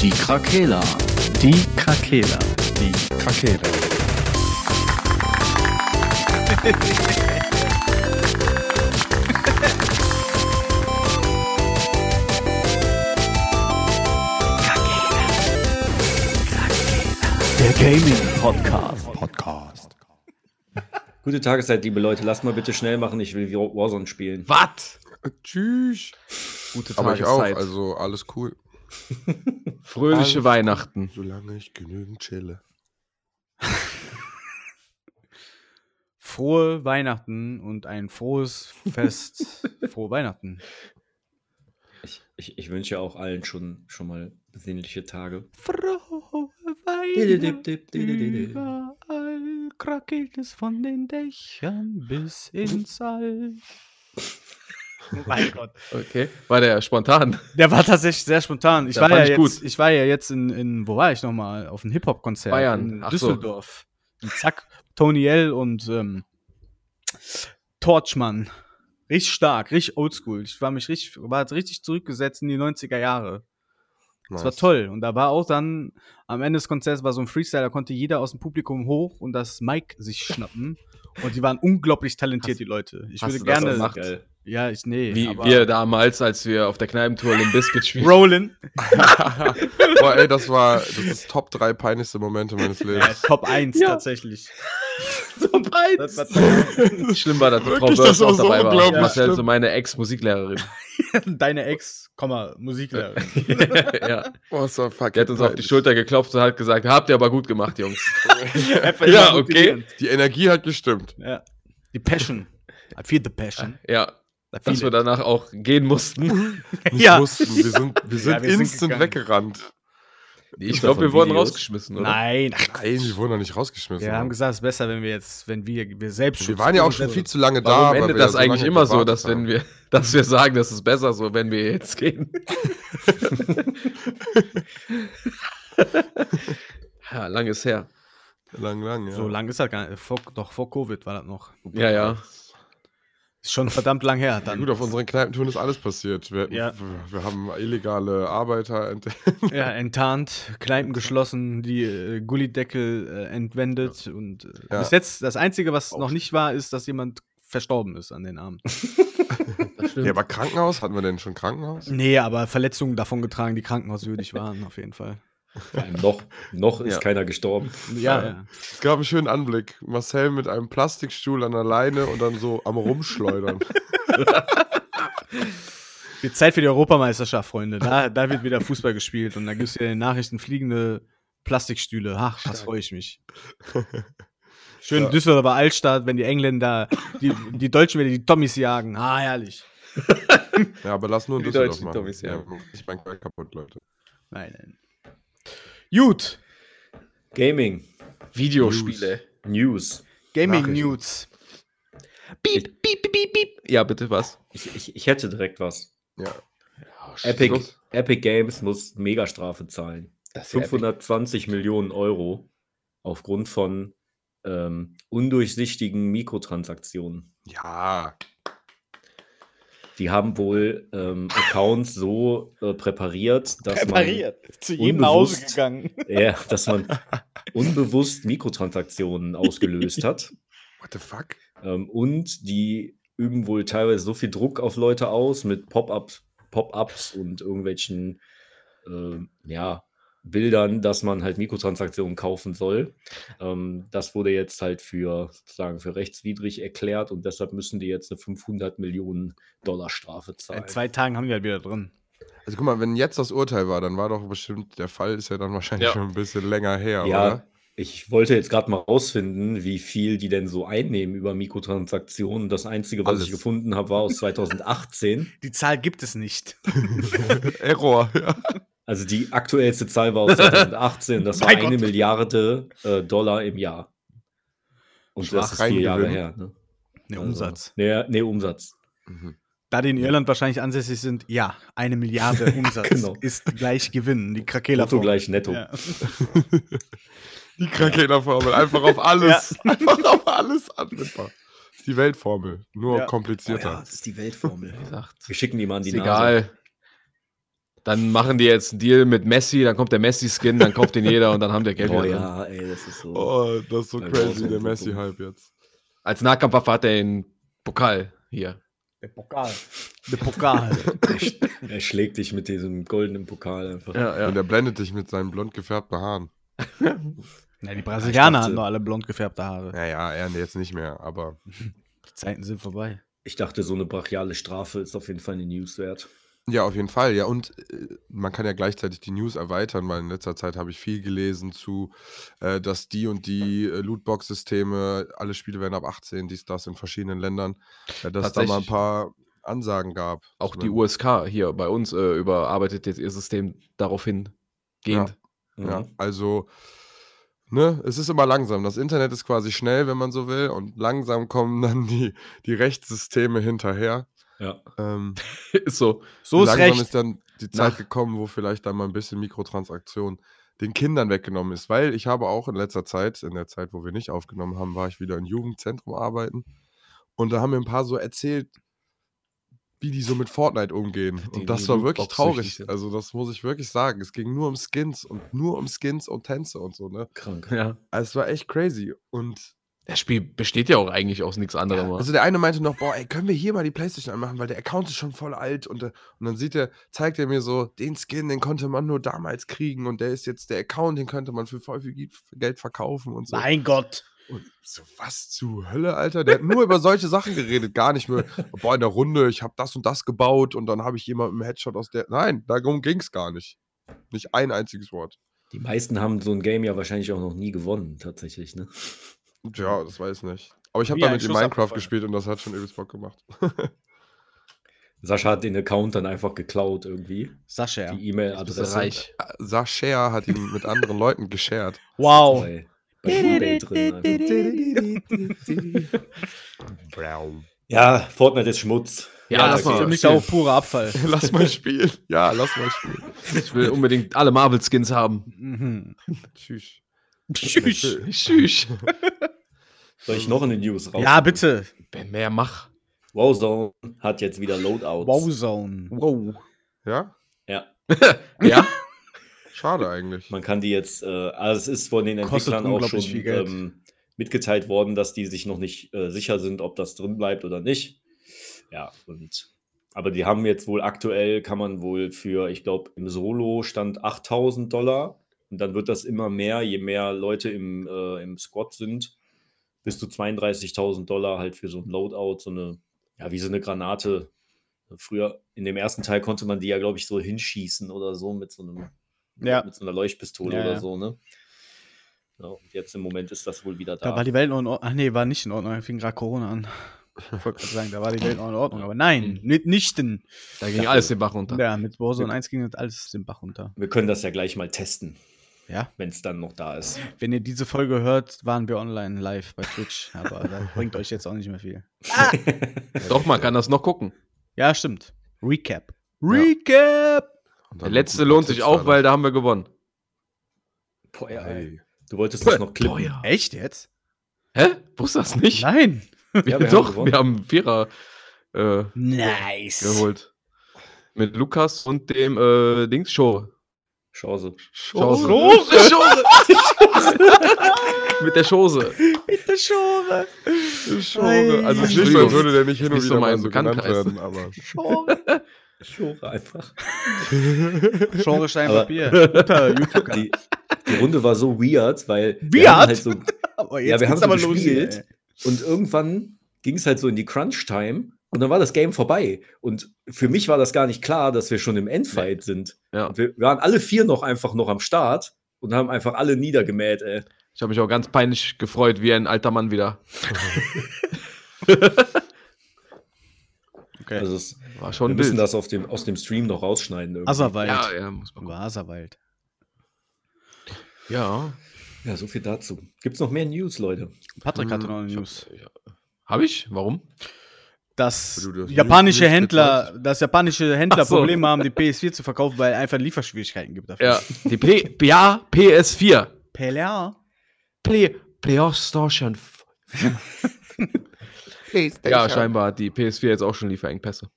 Die Krakela. Die Krakela. Die Krakela. Der Gaming Podcast. Podcast. Gute Tageszeit, liebe Leute. Lasst mal bitte schnell machen. Ich will Warzone spielen. Was? Tschüss. Gute Aber ich auch, Tageszeit. also alles cool. Fröhliche Alles- Weihnachten. Solange ich genügend chille. frohe Weihnachten und ein frohes Fest. frohe Weihnachten. Ich, ich, ich wünsche auch allen schon, schon mal besinnliche Tage. Frohe Überall krackelt es von den Dächern bis ins All. Oh mein Gott. Okay. War der spontan? Der war tatsächlich sehr spontan. Ich, Der war, fand ja ich jetzt, gut. ich war ja jetzt in, in wo war ich nochmal? Auf einem Hip-Hop-Konzert Bayern. in Ach so. Düsseldorf. Und zack, Tony L und ähm, Torchmann. Richtig stark, richtig oldschool. Ich war mich richtig, war richtig zurückgesetzt in die 90er Jahre. Das war Nice. toll. Und da war auch dann, am Ende des Konzerts war so ein Freestyle, da konnte jeder aus dem Publikum hoch und das Mic sich schnappen. Und die waren unglaublich talentiert, die Leute. Ich hast würde du das gerne. auch gemacht? Geil. Ja, ich, nee. Wie aber- wir damals, als wir auf der Kneipentour in Biscuit spielten. Rollin. Boah, ey, das war das ist Top 3 peinlichste Momente meines Ja, Lebens. Top 1 Ja. tatsächlich. so weit. Das war deine- Schlimm war, dass Frau Wirklich, das Börs war auch so dabei war. unglaublich Das ist schlimm. so meine Ex-Musiklehrerin. deine Ex, Komma, Musiklehrerin. ja. Boah, das war fucking Die hat uns auf die peinlich. Schulter geklopft und hat gesagt, habt ihr aber gut gemacht, Jungs. Einfach Ja, immer okay. motivierend. Die Energie hat gestimmt. Ja. Die Passion. I feel the passion. Ja, I feel dass wir it. danach auch gehen mussten. Nicht Ja. mussten. Wir sind, wir sind Ja, wir sind instant gegangen. weggerannt. Ich Gibt's glaube, wir davon wurden Videos? rausgeschmissen, oder? Nein. Ach, Nein, wir wurden doch nicht rausgeschmissen. wir haben gesagt, es ist besser, wenn wir jetzt, wenn wir, wir selbst wir waren ja auch schon viel zu lange da. Warum weil endet wir ja das so eigentlich lange immer so, gewartet dass wenn haben. wir, dass wir sagen, das ist besser so, wenn wir jetzt gehen? ja, lang ist her. Lang, lang, ja. So lang ist das gar nicht. Vor, doch vor Covid war das noch. Ja, ja. Ist schon verdammt lang her. Ja, Dann. Gut, auf unseren Kneipentouren ist alles passiert. Wir, hatten, Ja. wir wir haben illegale Arbeiter entdeckt. Ja, enttarnt, Kneipen geschlossen, die äh, Gullideckel äh, entwendet und äh, Ja. bis jetzt das Einzige, was noch nicht war, ist, dass jemand verstorben ist an den Abend. Ja, aber Krankenhaus? Hatten wir denn schon Krankenhaus? Nee, aber Verletzungen davon getragen, die krankenhauswürdig waren, auf jeden Fall. Vor allem noch, noch ist Ja. keiner gestorben. Ja, Ja. ja. Es gab einen schönen Anblick. Marcel mit einem Plastikstuhl an der Leine und dann so am Rumschleudern. Wird Zeit für die Europameisterschaft, Freunde. Da, da wird wieder Fußball gespielt und da gibt es wieder in den Nachrichten fliegende Plastikstühle. Ach, was freue ich mich. Schön Ja. Düsseldorfer Altstadt, wenn die Engländer, die, die Deutschen wieder die Tommys jagen. Ah, herrlich. Ja, aber lass nur in Die Düsseldorf deutschen machen. Dummies, ja. Ich mein Quell kaputt, Leute. Nein, nein. Gut, Gaming. Videospiele. News. Gaming Nachrichten. News. Piep, piep, piep, piep, piep. Ja, bitte was? Ich, ich, ich hätte direkt was. Ja. Oh, Epic, los? Epic Games muss Megastrafe zahlen. Das ist ja 520 Millionen Euro aufgrund von ähm, undurchsichtigen Mikrotransaktionen. Ja. Die haben wohl ähm, Accounts so äh, präpariert, dass man Zu jedem nach Hause unbewusst. gegangen. Ja, dass man unbewusst Mikrotransaktionen ausgelöst hat. What the fuck? Ähm, und die üben wohl teilweise so viel Druck auf Leute aus mit Pop-ups Pop und irgendwelchen ähm, ja, Bildern, dass man halt Mikrotransaktionen kaufen soll. Ähm, das wurde jetzt halt für sozusagen für rechtswidrig erklärt und deshalb müssen die jetzt eine 500 Millionen Dollar Strafe zahlen. In zwei Tagen haben wir halt wieder drin. Also guck mal, wenn jetzt das Urteil war, dann war doch bestimmt, der Fall ist ja dann wahrscheinlich Ja. schon ein bisschen länger her, Ja, oder? Ich wollte jetzt gerade mal rausfinden, wie viel die denn so einnehmen über Mikrotransaktionen. Das Einzige, was ich Alles. gefunden habe, war aus 2018. Die Zahl gibt es nicht. Error. Ja. Also die aktuellste Zahl war aus 2018. Das war Mein eine Gott. Milliarde äh, Dollar im Jahr. Und Schwach das ist vier Jahre reingewöhnen. her. Ne? Ne, Also, Umsatz. Nee, nee, Umsatz. Mhm. Da die in Irland wahrscheinlich ansässig sind, ja, eine Milliarde Umsatz Genau. ist gleich Gewinn. Die Krakela Brutto gleich netto. Ja. Die Krakena-Formel. Einfach auf alles. Einfach auf alles anwendbar. Ist Die Weltformel. Nur Ja. komplizierter. das ist die Weltformel. gesagt. Wir schicken die mal an die Ist Nase. egal. Dann machen die jetzt einen Deal mit Messi, dann kommt der Messi-Skin, dann kauft den jeder und dann haben wir Geld. Boah, wieder drin. Oh ja, ey, das ist so. Oh, das ist so Dann raus crazy, und der so Messi-Hype jetzt. Als Nahkampfwaffe hat er den Pokal hier. Der Pokal. Der Pokal. Er sch- Er schlägt dich mit diesem goldenen Pokal einfach. Ja, Und der blendet dich mit seinen blond gefärbten Haaren. Na, die Brasilianer dachte- hatten doch alle blond gefärbte Haare. Naja, er jetzt nicht mehr, aber Die Zeiten sind vorbei. Ich dachte, so eine brachiale Strafe ist auf jeden Fall eine News wert. Ja, auf jeden Fall. Ja, und äh, man kann ja gleichzeitig die News erweitern, weil in letzter Zeit habe ich viel gelesen zu, äh, dass die und die äh, Lootbox-Systeme, alle Spiele werden ab 18, dies, das in verschiedenen Ländern, äh, dass es da mal ein Tatsächlich. paar Ansagen gab. Auch Ich die mein, USK hier bei uns äh, überarbeitet jetzt ihr System daraufhin gehend. Ja, Mhm. also, ne, es ist immer langsam. Das Internet ist quasi schnell, wenn man so will, und langsam kommen dann die, die Rechtssysteme hinterher. ja. Ähm, Ist so. So ist langsam recht. ist dann die Zeit gekommen, wo vielleicht dann mal ein bisschen Mikrotransaktion den Kindern weggenommen ist. Weil ich habe auch in letzter Zeit, in der Zeit, wo wir nicht aufgenommen haben, war ich wieder im Jugendzentrum arbeiten. Und da haben mir ein paar so erzählt, wie die so mit Fortnite umgehen. Die und das war wirklich Lootbox-süchtig traurig. sind. Also das muss ich wirklich sagen. Es ging nur um Skins und nur um Skins und Tänze und so. Ne? krank. Ja. Also es war echt crazy. Und Das Spiel besteht ja auch eigentlich aus nichts anderem. also der eine meinte noch, boah, ey, können wir hier mal die Playstation anmachen, weil der Account ist schon voll alt und, äh, und dann sieht er, zeigt er mir so, den Skin, den konnte man nur damals kriegen und der ist jetzt der Account, den könnte man für voll viel Gi- Geld verkaufen und so. Mein Gott. Und so, was zur Hölle, Alter? Der hat nur über solche Sachen geredet, gar nicht mehr. oh, Boah, in der Runde, ich habe das und das gebaut und dann habe ich jemanden einen Headshot aus der. Nein, darum ging es gar nicht. Nicht ein einziges Wort. Die meisten haben so ein Game ja wahrscheinlich auch noch nie gewonnen, tatsächlich. Ne? Ja, das weiß nicht. Aber ich habe Wie ein damit in Schuss Minecraft abgefeuert. gespielt und das hat schon übelst Bock gemacht. Sascha hat den Account dann einfach geklaut irgendwie. Sascha. ja. Die E-Mail-Adresse. reich. Sascha Äh, hat ihn mit anderen Leuten geshared. Wow. Bei, bei eBay drin. einfach. Ja, Fortnite ist Schmutz. Ja, Ja, lass das ist mal für mich auch purer Abfall. lass mal spielen. Ja, lass mal spielen. Ich will unbedingt alle Marvel-Skins haben. Mhm. Tschüss. Tschüss. Tschüss. Soll ich noch eine News raus? Ja, bitte. Wer mehr mach. Wowzone hat jetzt wieder Loadouts. Wowzone. Wow. Ja, Ja, Ja? schade eigentlich. man kann die jetzt, äh, also es ist von den Kostet Entwicklern auch schon unglaublich viel Geld. ähm, mitgeteilt worden, dass die sich noch nicht äh, sicher sind, ob das drin bleibt oder nicht. Ja, und aber die haben jetzt wohl aktuell, kann man wohl für, ich glaube, im Solo stand 8000 Dollar und dann wird das immer mehr, je mehr Leute im, äh, im Squad sind, bis zu 32.000 Dollar halt für so ein Loadout, so eine, ja, wie so eine Granate. Früher, in dem ersten Teil konnte man die ja, glaube ich, so hinschießen oder so mit so einem Ja. mit so einer Leuchtpistole Ja, oder ja. so, ne? Ja, und jetzt im Moment ist das wohl wieder da. Da war die Welt noch in Ordnung. Ach nee, war nicht in Ordnung. Da fing gerade Corona an. Ich wollte gerade sagen, da war die Welt noch in Ordnung. Aber nein, mitnichten. Da ging alles den Bach runter. Ja, mit Warzone 1 ging das alles den Bach runter. Wir können das ja gleich mal testen, Ja. wenn es dann noch da ist. Wenn ihr diese Folge hört, waren wir online live bei Twitch. Aber das bringt euch jetzt auch nicht mehr viel. Doch, man kann das noch gucken. Ja, stimmt. Recap. Recap! Und Der dann letzte noch ein paar lohnt sich Tipps auch, da weil da haben wir gewonnen. Boah, noch. ja, ey. Hey. Du wolltest Boah, das noch klippen. ja. Echt jetzt? Hä? Wusstest du das nicht? Nein. Wir, Ja, wir haben doch, gewonnen. wir haben einen Vierer äh, Nice. geholt. Mit Lukas und dem äh, Dings Show. Chance. Schose. Schose. Schose. Mit der Schose. Bitte Schore. Schore. Also es ist nicht so, als würde der nicht hin und Ist nicht so wieder mal mein so genannt Bekanntkreis. werden, aber Schore. Schore einfach. Schore, Stein, Aber- Papier. Guter YouTube. Die, die Runde war so weird, weil Weird? wir haben halt so, Aber ja, wir haben geht's so los gespielt hier, ey. und irgendwann ging es halt so in die Crunch-Time und dann war das Game vorbei. Und für mich war das gar nicht klar, dass wir schon im Endfight sind. Ja. Und wir waren alle vier noch einfach noch am Start und haben einfach alle niedergemäht, ey. Ich habe mich auch ganz peinlich gefreut, wie ein alter Mann wieder. Okay. Also es, War wir schon ein müssen wild. das auf dem, aus dem Stream noch rausschneiden. Irgendwie. Asserwald. Ja, ja, muss man gucken. Über Asserwald. Ja. Ja, so viel dazu. Gibt es noch mehr News, Leute? Patrick hatte Hm, noch eine ich hab- News. ich hab- Hab ich? Warum? Dass Du, du hast japanische News- News Händler, dass japanische Händler Ach so. Probleme haben, die PS4 zu verkaufen, weil einfach Lieferschwierigkeiten gibt dafür. Ja, die P ja, PS4. PLR. Play PlayStation. f- Please, Ja, scheinbar hat die PS4 jetzt auch schon Lieferengpässe.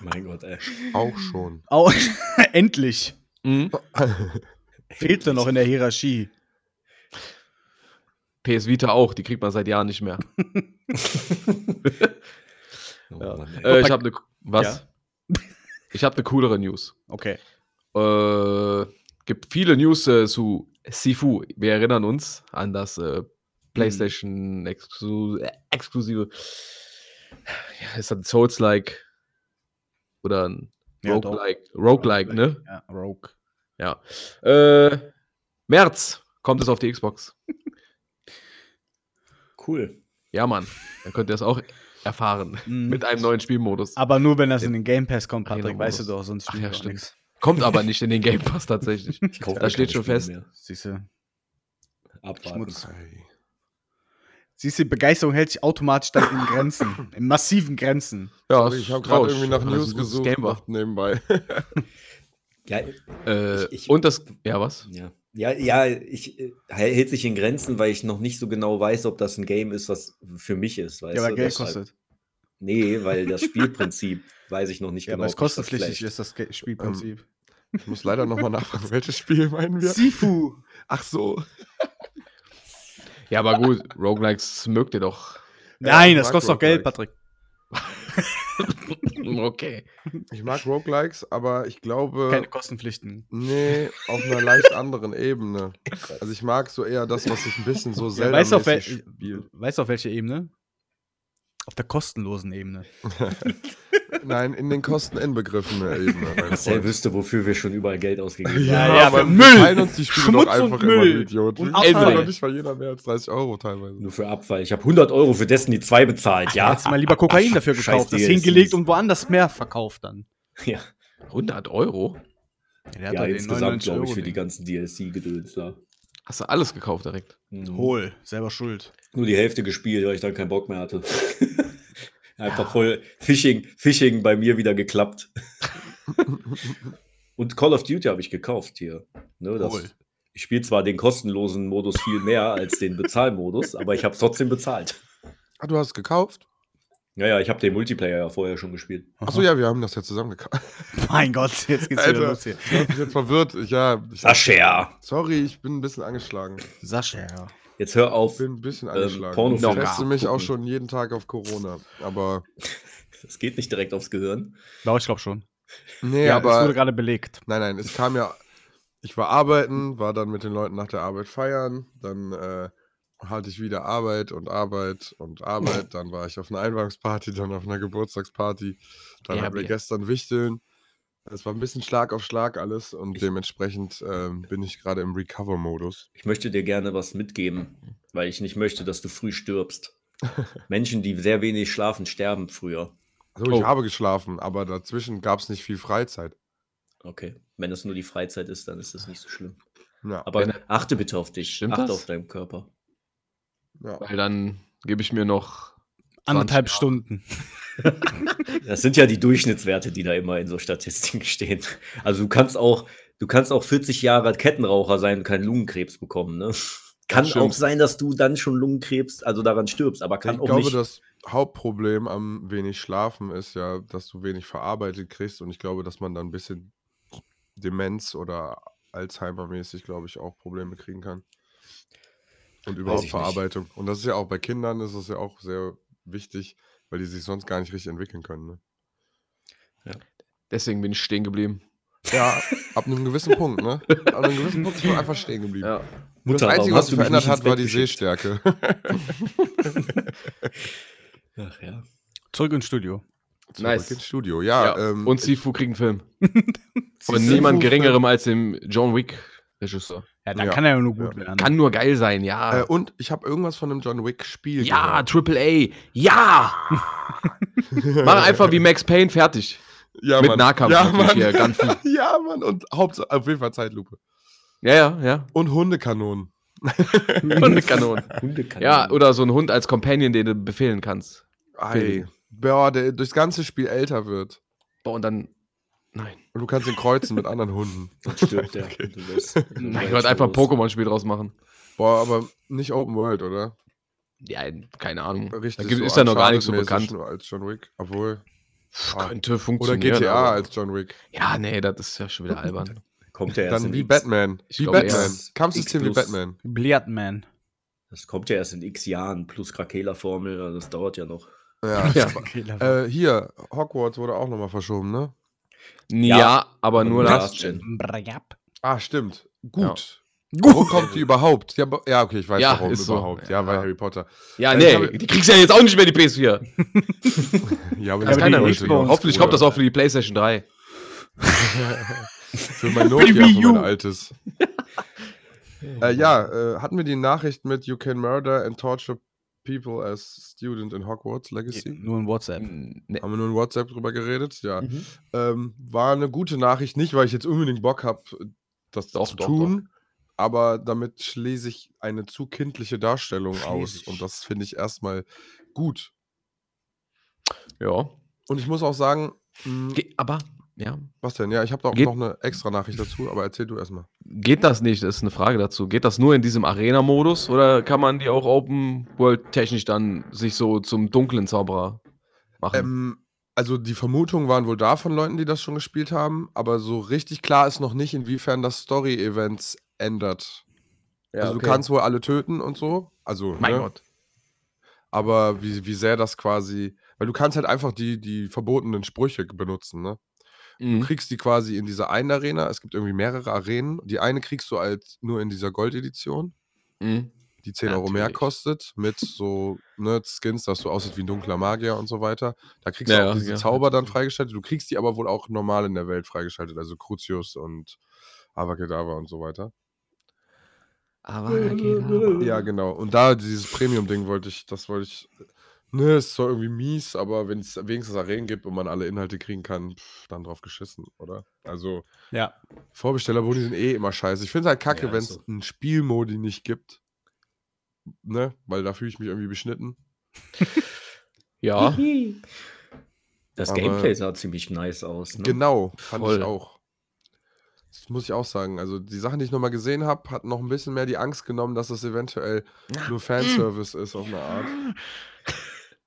Mein Gott, ey. Auch schon. Au, endlich. Mhm. Fehlte noch in der Hierarchie. PS Vita auch, die kriegt man seit Jahren nicht mehr. Oh, Ja. Mann, ey. Äh, ich habe eine. Was? Ich habe eine coolere News. Okay. Äh, gibt viele News äh, zu Sifu. Wir erinnern uns an das äh, PlayStation exklu äh, exklusive. Ja, ist das ein Souls-like oder ein Ja, doch. Roguelike? Roguelike, ne? Ja, Rogue. Ja. Äh, März kommt es auf die Xbox. Cool. Ja, Mann. Dann könnt ihr das auch erfahren. Mhm. Mit einem neuen Spielmodus. Aber nur, wenn das in den Game Pass kommt, Ach, genau, Patrick, weißt du das- doch, sonst Ach ja, auch stimmt. nichts. Kommt aber nicht in den Game Pass tatsächlich. Ich kauf Da mir keine steht schon Spiele fest. mehr. Siehst du? Abwarten. Schmutz. Ei. Siehst du, Begeisterung hält sich automatisch dann in Grenzen, in massiven Grenzen. Ja, Sorry, ist ich habe traurig, gerade irgendwie nach aber das News ist ein gutes gesucht Game war. noch nebenbei. Ja, Äh, Ich- ich- und das, ja, was? ja. Ja, ja, ich äh, hält sich in Grenzen, weil ich noch nicht so genau weiß, ob das ein Game ist, was für mich ist. halt Weißt Ja, aber du? Geld Deshalb- kostet. Nee, weil das Spielprinzip weiß ich noch nicht Ja, genau. aber es ob mich das Ähm, kostenpflichtig flasht. ist das Ge- Spielprinzip. Ich muss leider nochmal nachfragen, welches Spiel meinen wir? Sifu! Ach so. Ja, aber gut, Roguelikes mögt ihr doch. Nein, ich das mag kostet doch Geld, Patrick. Roguelikes. Okay. Ich mag Roguelikes, aber ich glaube, Keine Kostenpflichten. nee, auf einer leicht anderen Ebene. Also ich mag so eher das, was ich ein bisschen so Ja, selber weißt, du auf wel spielt. weißt du, auf welche Ebene? Auf der kostenlosen Ebene. Ah, Nein, in den Kosten inbegriffen Ebene. mein Marcel Freund. wüsste, wofür wir schon überall Geld ausgegeben Ja, haben. ja, aber für wir Müll. teilen uns die Spiele Schmutz doch einfach und immer, Müll. du Idiot. Und Wir zahlen Abfall. doch nicht mal jeder mehr als 30 Euro teilweise. Nur für Abfall. Ich habe 100 Euro für Destiny 2 bezahlt, ja. Hättest du mal lieber Kokain dafür Scheiß gekauft, das DLCs. hingelegt um- und woanders mehr verkauft dann. Ja, 100 Euro? der ja, hat doch den insgesamt 99 glaube ich Euro für die Ding. ganzen DLC-Gedöns da. Hast du alles gekauft direkt? Mhm. Hohl, selber schuld. Nur die Hälfte gespielt, weil ich dann keinen Bock mehr hatte. Einfach voll Phishing, Phishing bei mir wieder geklappt. Und Call of Duty habe ich gekauft hier. Ne, Cool. das, ich spiele zwar den kostenlosen Modus viel mehr als den Bezahlmodus, aber ich habe es trotzdem bezahlt. Ah, du hast gekauft? Ja, ja, ich habe den Multiplayer ja vorher schon gespielt. Achso, ja, wir haben das ja zusammen gekauft. Mein Gott, jetzt geht's Alter. wieder los Also, hier. Ich hab mich jetzt verwirrt. Ich, ja, ich, Sascha, sorry, ich bin ein bisschen angeschlagen. Sascha, ja. jetzt hör Ich auf. bin ein bisschen Ähm, angeschlagen. ich Pornofilme teste mich gucken. auch schon jeden Tag auf Corona. Aber. Es geht nicht direkt aufs Gehirn. Doch, ich glaube schon. Nee, ja, das wurde aber. gerade belegt. Nein, nein, es kam ja. Ich war arbeiten, war dann mit den Leuten nach der Arbeit feiern. Dann äh, hatte ich wieder Arbeit und Arbeit und Arbeit. Dann war ich auf einer Einweihungsparty, dann auf einer Geburtstagsparty. Dann Ja, hatten wir Bier. gestern Wichteln. Es war ein bisschen Schlag auf Schlag alles und dementsprechend ähm, bin ich gerade im Recover-Modus. Ich möchte dir gerne was mitgeben, weil ich nicht möchte, dass du früh stirbst. Menschen, die sehr wenig schlafen, sterben früher. Also ich Oh. habe geschlafen, aber dazwischen gab es nicht viel Freizeit. Okay. Wenn das nur die Freizeit ist, dann ist das nicht so schlimm. Ja, Aber Wenn achte bitte auf dich. Stimmt achte das? auf deinen Körper. ja. Weil dann gebe ich mir noch. Anderthalb 20 Stunden. Das sind ja die Durchschnittswerte, die da immer in so Statistiken stehen. Also du kannst auch, du kannst auch 40 Jahre Kettenraucher sein und keinen Lungenkrebs bekommen, ne? Kann stimmt. auch sein, dass du dann schon Lungenkrebs, also daran stirbst, aber kann ich auch glaube, nicht. das Hauptproblem am wenig Schlafen ist ja, dass du wenig verarbeitet kriegst und ich glaube, dass man dann ein bisschen Demenz oder Alzheimer-mäßig, glaube ich, auch Probleme kriegen kann. Und überhaupt ich nicht. Verarbeitung. Und das ist ja auch bei Kindern ist es ja auch sehr wichtig, weil die sich sonst gar nicht richtig entwickeln können. Ne? Deswegen bin ich stehen geblieben. Ja, ab einem gewissen Punkt, ne? Ab einem gewissen Punkt ist man einfach stehen geblieben. Ja. Das Mutter, warum Einzige, was hast sich du mich verändert nicht ins hat, war Bett die geschickt? Sehstärke. Ach ja. Zurück ins Studio. Zurück Nice. ins Studio. Ja, ähm, und Sifu kriegt einen Film. Sifu Von niemand Film. geringerem als dem John Wick-Regisseur. Ja, dann Ja. kann er ja nur gut werden. Kann nur geil sein, äh, ja. und ich habe irgendwas von einem John Wick-Spiel ja, Triple A. Ja! Mach einfach wie Max Payne fertig. Ja, Mit Mann. Nahkampf Ja, natürlich Mann. hier, ganz viel. ja, Mann. Und Hauptsache, auf jeden Fall Zeitlupe. Ja, ja, ja. Und Hundekanonen. Und eine Kanone. Hundekanone. Ja, oder so ein Hund als Companion, den du befehlen kannst. Ei. Film. Boah, der durchs ganze Spiel älter wird. Boah, und dann. Nein. Und du kannst ihn kreuzen mit anderen Hunden. Dann stirbt der. Und du wirst- du Mein wirst Gott, einfach ein los. Pokémon-Spiel draus machen. Boah, aber nicht Open World, oder? Ja, keine Ahnung. Richtig da gibt, so ist ja noch gar nicht so Uncharted-mäßig bekannt. nur Als John Wick. Obwohl, Pff, Ah. Könnte Oder funktionieren. GTA aber- als John Wick. Ja, nee, das ist ja schon wieder albern. Kommt ja erst Dann in wie X. Batman. Ich Wie glaube, Batman. erst Kampfsystem wie X plus- Batman. Bliatman. Das kommt ja erst in X Jahren plus Krakela-Formel, also das dauert ja noch. Ja. Ja. Äh, hier, Hogwarts wurde auch nochmal verschoben, ne? Ja, aber nur Ja. Last Gen. Bragab. Ah, stimmt. Gut. Wo kommt die überhaupt? Ja, aber- ja okay, ich weiß Ja, warum ist so. überhaupt. Ja, weil Ja. Harry Potter. Ja, Ich nee, habe- die kriegst ja jetzt auch nicht mehr die PS4. Ja, aber Das die kann ja Leute nicht. noch. Hoffentlich kommt das auch für die PlayStation 3. Für mein Nokia, Wii für U. mein altes. äh, ja, äh, hatten wir die Nachricht mit You can murder and torture people as student in Hogwarts Legacy? Nur in WhatsApp. Nee. Haben wir nur in WhatsApp drüber geredet? Ja. Mhm. Ähm, war eine gute Nachricht, nicht weil ich jetzt unbedingt Bock habe, das Doch, zu doch, tun, aber damit schließe ich eine zu kindliche Darstellung aus Schließe ich. und das finde ich erstmal gut. Ja. Und ich muss auch sagen, mh, Ge aber, ja. was denn? Ja, ich habe da auch Geht- noch eine extra Nachricht dazu, aber erzähl du erstmal. Geht das nicht? Das ist eine Frage dazu. Geht das nur in diesem Arena-Modus oder kann man die auch Open World technisch dann sich so zum dunklen Zauberer machen? Ähm, also die Vermutungen waren wohl da von Leuten, die das schon gespielt haben, aber so richtig klar ist noch nicht, inwiefern das Story-Events ändert. also du kannst wohl alle töten und so. Also, Mein ne? Gott. Aber wie, wie sehr das quasi. Weil du kannst halt einfach die, die verbotenen Sprüche benutzen, ne? Du Mhm. kriegst die quasi in dieser einen Arena. Es gibt irgendwie mehrere Arenen. Die eine kriegst du als nur in dieser Gold-Edition, Mhm. die 10 Euro mehr Natürlich. kostet, mit so ne, Skins, dass du aussiehst wie ein dunkler Magier und so weiter. Da kriegst Ja, du auch ja, diese ja, Zauber dann freigeschaltet. Du kriegst die aber wohl auch normal in der Welt freigeschaltet, also Crucius und Avakadava und so weiter. Aber Äh, da geht aber. Ja, genau. Und da dieses Premium-Ding wollte ich, das wollte ich. Ne, ist zwar irgendwie mies, aber wenn es wenigstens Arenen gibt und man alle Inhalte kriegen kann, pff, dann drauf geschissen, oder? Also, Ja. Vorbestellerboni sind eh immer scheiße. Ich finde es halt kacke, Ja, wenn ist es so. einen Spielmodi nicht gibt. Ne? Weil da fühle ich mich irgendwie beschnitten. Ja. Das Aber- Gameplay sah ziemlich nice aus. Ne? Genau, fand Voll. ich auch. Das muss ich auch sagen. Also, die Sachen, die ich nochmal gesehen habe, hat noch ein bisschen mehr die Angst genommen, dass es eventuell nur mm. Fanservice ist auf eine Art.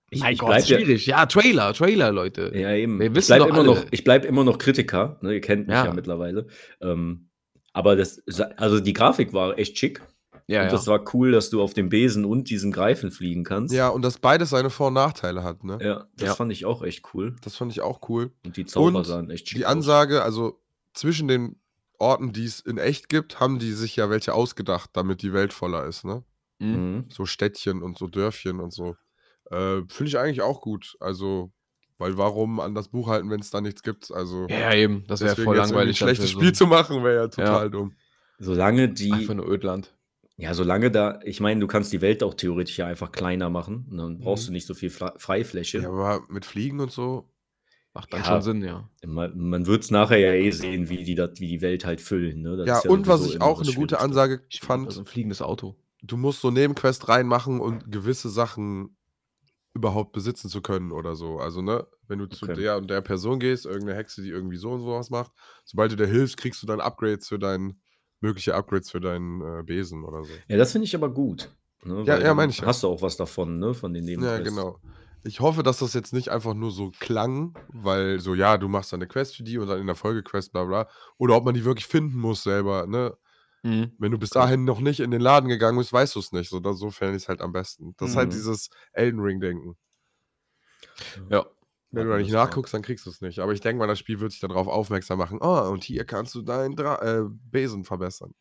Ich, Mein ich Gott, bleib ja, Schwierig. Ja, Trailer, Trailer, Leute. ja eben. Wir Ich wissen bleib doch immer alle. noch, ich bleib immer noch Kritiker. Ne? Ihr kennt mich ja, Ja. mittlerweile. Ähm, aber das, sa- also die Grafik war echt schick. Ja, und ja. das war cool, dass du auf dem Besen und diesem Greifen fliegen kannst. Ja, und dass beides seine Vor- und Nachteile hat, ne? Ja, das Ja. fand ich auch echt cool. Das fand ich auch cool. Und die Zauber Und sahen echt schick Die aus. Ansage, also zwischen den Orten, die es in echt gibt, haben die sich ja welche ausgedacht, damit die Welt voller ist, ne? Mhm. Mhm. So Städtchen und so Dörfchen und so. Äh, Finde ich eigentlich auch gut. Also, weil warum an das Buch halten, wenn es da nichts gibt? Also, Ja, eben. Das wäre deswegen voll jetzt irgendwie langweilig. Ein dann schlechtes für Spiel so zu machen wäre ja total dumm. Solange ein- die, Einfach nur Ödland. ja, solange da, ich meine, du kannst die Welt auch theoretisch ja einfach kleiner machen. Und dann brauchst du nicht so viel Fla- Freifläche. Mhm. Ja, aber mit Fliegen und so. Macht dann Ja. schon Sinn, ja. Man, man wird es nachher ja eh sehen, wie die, dat, wie die Welt halt füllen. Ne? Das ja, ist und was sowieso ich immer auch das eine gute Schwierigste. Ansage Ich fand, Also ein fliegendes Auto. du musst so Nebenquest reinmachen und gewisse Sachen überhaupt besitzen zu können oder so. Also, ne, wenn du zu Okay. der und der Person gehst, irgendeine Hexe, die irgendwie so und sowas macht, sobald du der hilfst, kriegst du dann Upgrades für deinen, mögliche Upgrades für deinen äh, Besen oder so. Ja, das finde ich aber gut. Ne? Ja, Weil ja, dann mein ich ja. Hast du auch was davon, ne? Von den Ja, Nebenquests. genau. Ich hoffe, dass das jetzt nicht einfach nur so klang, weil so, ja, du machst dann eine Quest für die und dann in der Folge Quest, bla bla. Oder ob man die wirklich finden muss selber, ne? Mhm. Wenn du bis dahin noch nicht in den Laden gegangen bist, weißt du es nicht. So, da- so fände ich es halt am besten. Das ist Mhm. halt dieses Elden Ring-Denken. Ja. Wenn du da Warten nicht wir's mal. nachguckst, dann kriegst du es nicht. Aber ich denke mal, das Spiel wird sich dann darauf aufmerksam machen. Oh, und hier kannst du deinen Dra äh, Besen verbessern.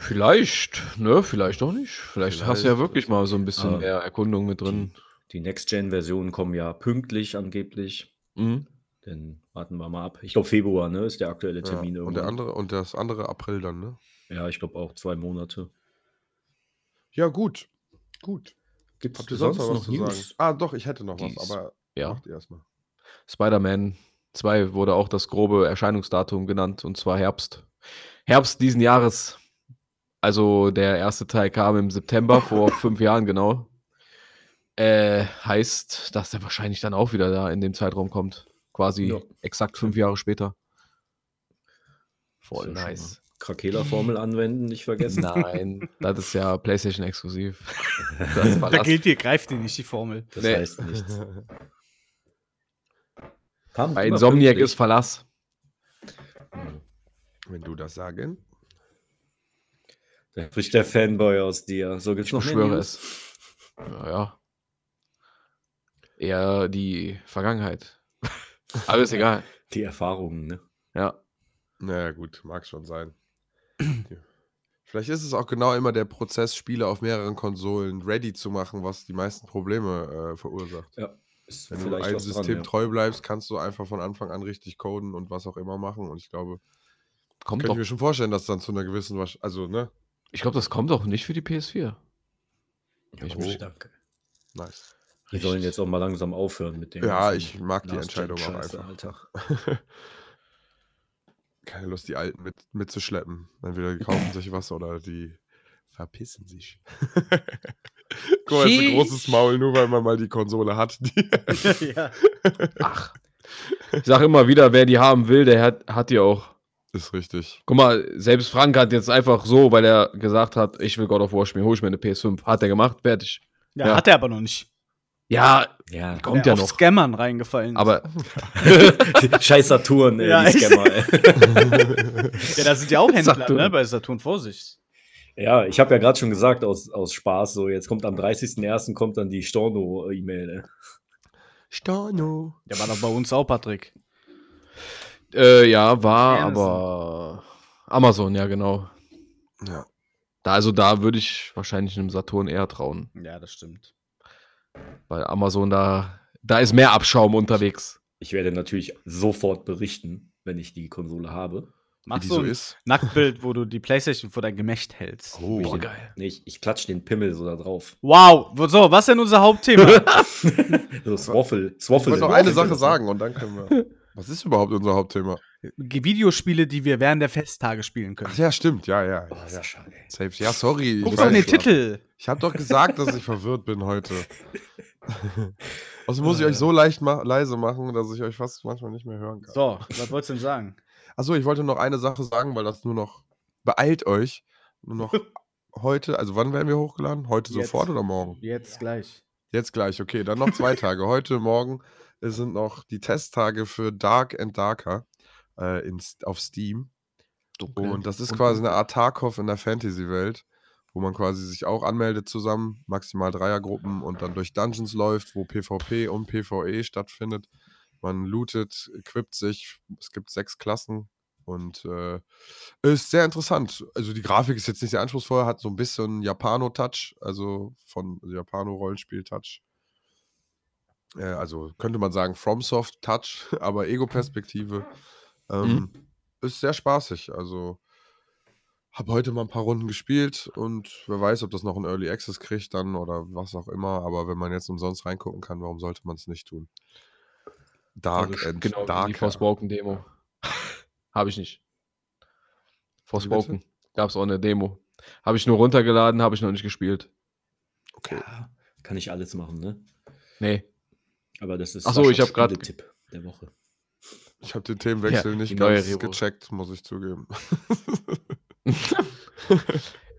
Vielleicht, ne, vielleicht auch nicht. Vielleicht, hast du ja Vielleicht. wirklich mal so ein bisschen Ah. mehr Erkundung mit drin. Die Next-Gen-Versionen kommen ja pünktlich angeblich. Mhm. Dann warten wir mal ab. Ich glaube, Februar, ne? Ist der aktuelle Ja. Termin Und, der irgendwann. andere, und das andere April dann, ne? Ja, ich glaube auch zwei Monate. Ja, gut. Gut. Gibt Habt ihr sonst noch was zu sagen? Ah, doch, ich hätte noch Dies- was, aber Ja. macht ihr erstmal. Spider-Man 2 wurde auch das grobe Erscheinungsdatum genannt und zwar Herbst. Herbst diesen Jahres. Also der erste Teil kam im September vor fünf Jahren genau. Äh, heißt, dass er wahrscheinlich dann auch wieder da in dem Zeitraum kommt. Quasi Ja. exakt fünf Jahre später. Voll Ist ja schon nice. Krakela-Formel anwenden, nicht vergessen. Nein, das ist ja PlayStation exklusiv. Das war Da gilt dir, greift dir nicht die Formel. Das Nee. heißt nichts. Pam, Bei über Insomniac 50. ist Verlass. Wenn du das sagen. Da spricht der Fanboy aus dir. So gibt's Ich noch mehr beschwöre News? es. Naja. Eher die Vergangenheit. Aber ist egal. Die Erfahrungen, ne? Ja. Naja, gut, mag schon sein. Ja. Vielleicht ist es auch genau immer der Prozess, Spiele auf mehreren Konsolen ready zu machen, was die meisten Probleme äh, verursacht. Ist Wenn vielleicht du einem was dran, System ja. treu bleibst, kannst du einfach von Anfang an richtig coden und was auch immer machen. Und ich glaube, Kommt könnte ich doch. mir schon vorstellen, dass dann zu einer gewissen, Wasch- also ne, Ich glaube, das kommt doch nicht für die PS4. Ja, Ich gut, muss- danke. nice. Wir sollen jetzt auch mal langsam aufhören mit dem. Ja, ganzen ich mag die Entscheidung auch Last-Gen-Scheiße, einfach. Alter. Keine Lust, die Alten mit, mitzuschleppen. Entweder die kaufen sich was oder die verpissen sich. Guck mal, ist ein Sheesh. großes Maul, nur weil man mal die Konsole hat. Die ja. Ach. Ich sage immer wieder, wer die haben will, der hat, hat die auch. ist richtig. Guck mal, selbst Frank hat jetzt einfach so, weil er gesagt hat, ich will God of War spielen, hol ich mir eine PS5. Hat er gemacht, fertig. Ja, Ja. hat er aber noch nicht. Ja, Ja. Wer kommt ja auf noch. Scammern reingefallen. ist. Aber Scheiß Saturn, ey, Ja, die echt. Scammer, ey. ja, da sind ja auch Händler, Saturn. ne? Bei Saturn Vorsicht. Ja, ich habe ja gerade schon gesagt, aus, aus Spaß, so jetzt kommt am 30.01. kommt dann die Storno-E-Mail. ne? ey. Storno. Der war doch bei uns auch, Patrick. äh, ja, war Amazon. aber Amazon, ja genau. Ja. Da, also da würde ich wahrscheinlich einem Saturn eher trauen, Ja, das stimmt. weil Amazon da, da ist mehr Abschaum unterwegs. Ich werde natürlich sofort berichten, wenn ich die Konsole habe. Wie Mach die so so ein ist. Nacktbild, wo du die Playstation vor dein Gemächt hältst. Oh, Boah, geil. Nee, ich, ich klatsche den Pimmel so da drauf. Wow, wo- so, was denn unser Hauptthema? So Swaffle. Ich Swaffle. wollte noch eine Sache sagen und dann können wir. Was ist überhaupt unser Hauptthema? Ge- Videospiele, die wir während der Festtage spielen können. Ach ja, stimmt. Ja, ja. Oh, Sascha, ey. Safe. Ja, sorry. Guck ich doch weiß in den schon. Titel. Ich habe doch gesagt, dass ich verwirrt bin heute. Außerdem muss ich euch Äh. so leicht ma leise machen, dass ich euch fast manchmal nicht mehr hören kann. So, was wolltest du denn sagen? Achso, ich wollte noch eine Sache sagen, weil das nur noch beeilt euch. Nur noch heute, also wann werden wir hochgeladen? Heute Jetzt. sofort oder morgen? Jetzt gleich. Jetzt gleich, okay. Dann noch zwei Tage. Heute, morgen es sind noch die Testtage für Dark and Darker äh, in, auf Steam. Und das ist quasi eine Art Tarkov in der Fantasy-Welt, wo man quasi sich auch anmeldet zusammen, maximal Dreiergruppen und dann durch Dungeons läuft, wo PvP und PvE stattfindet. Man lootet, equipt sich, es gibt sechs Klassen und äh, ist sehr interessant. Also die Grafik ist jetzt nicht sehr anspruchsvoll, hat so ein bisschen Japano-Touch, also von Japano-Rollenspiel-Touch. Äh, also könnte man sagen FromSoft-Touch, aber Ego-Perspektive. Ähm, Mhm. Ist sehr spaßig, also habe heute mal ein paar Runden gespielt und wer weiß, ob das noch ein Early Access kriegt dann oder was auch immer, aber wenn man jetzt umsonst reingucken kann, warum sollte man es nicht tun? Dark Also and genau, wie Darker. die Forspoken-Demo. Habe ich nicht. Forspoken. Gab es auch eine Demo. Habe ich nur runtergeladen, habe ich noch nicht gespielt. Ja, kann ich alles machen, ne? Nee. Aber das ist Ach so, Saschas ich hab grad- Spieletipp der Woche. Ich habe den Themenwechsel Ja, nicht die neue ganz Rebo. gecheckt, muss ich zugeben.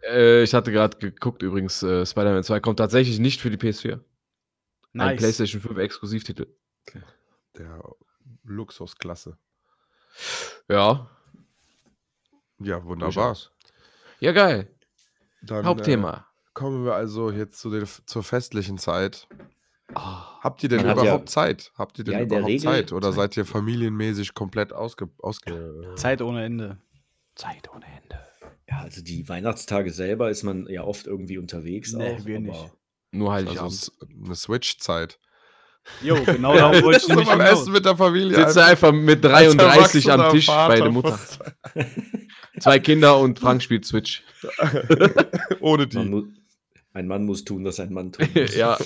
Äh, ich hatte gerade geguckt übrigens, äh, Spider-Man 2 kommt tatsächlich nicht für die PS4. Ein Nice. PlayStation 5 Exklusivtitel. Der Luxusklasse. Ja. Ja, wunderbar. durchaus. Ja, geil. Dann, Äh, Hauptthema. kommen wir also jetzt zu den, zur festlichen Zeit. äh, Ah, Habt ihr denn Man hat ja- überhaupt Zeit? Habt ihr denn Ja, in der überhaupt Regel- Zeit? Oder seid ihr familienmäßig komplett ausge... ausge Zeit ohne Ende. Zeit ohne Ende. Ja, also die Weihnachtstage selber ist man ja oft irgendwie unterwegs. Nee, auch, wir aber nicht. Nur halt also Heiligabend. s- eine Switch-Zeit. Jo, genau darum wollte ich so nämlich beim hinaus. Essen mit der Familie. Sitzt du einfach mit 33 am erwachsener Tisch bei Vater der Mutter. Zwei Kinder und Frank spielt Switch. Ohne Man die. mu ein Mann muss tun, was ein Mann tun muss. ja.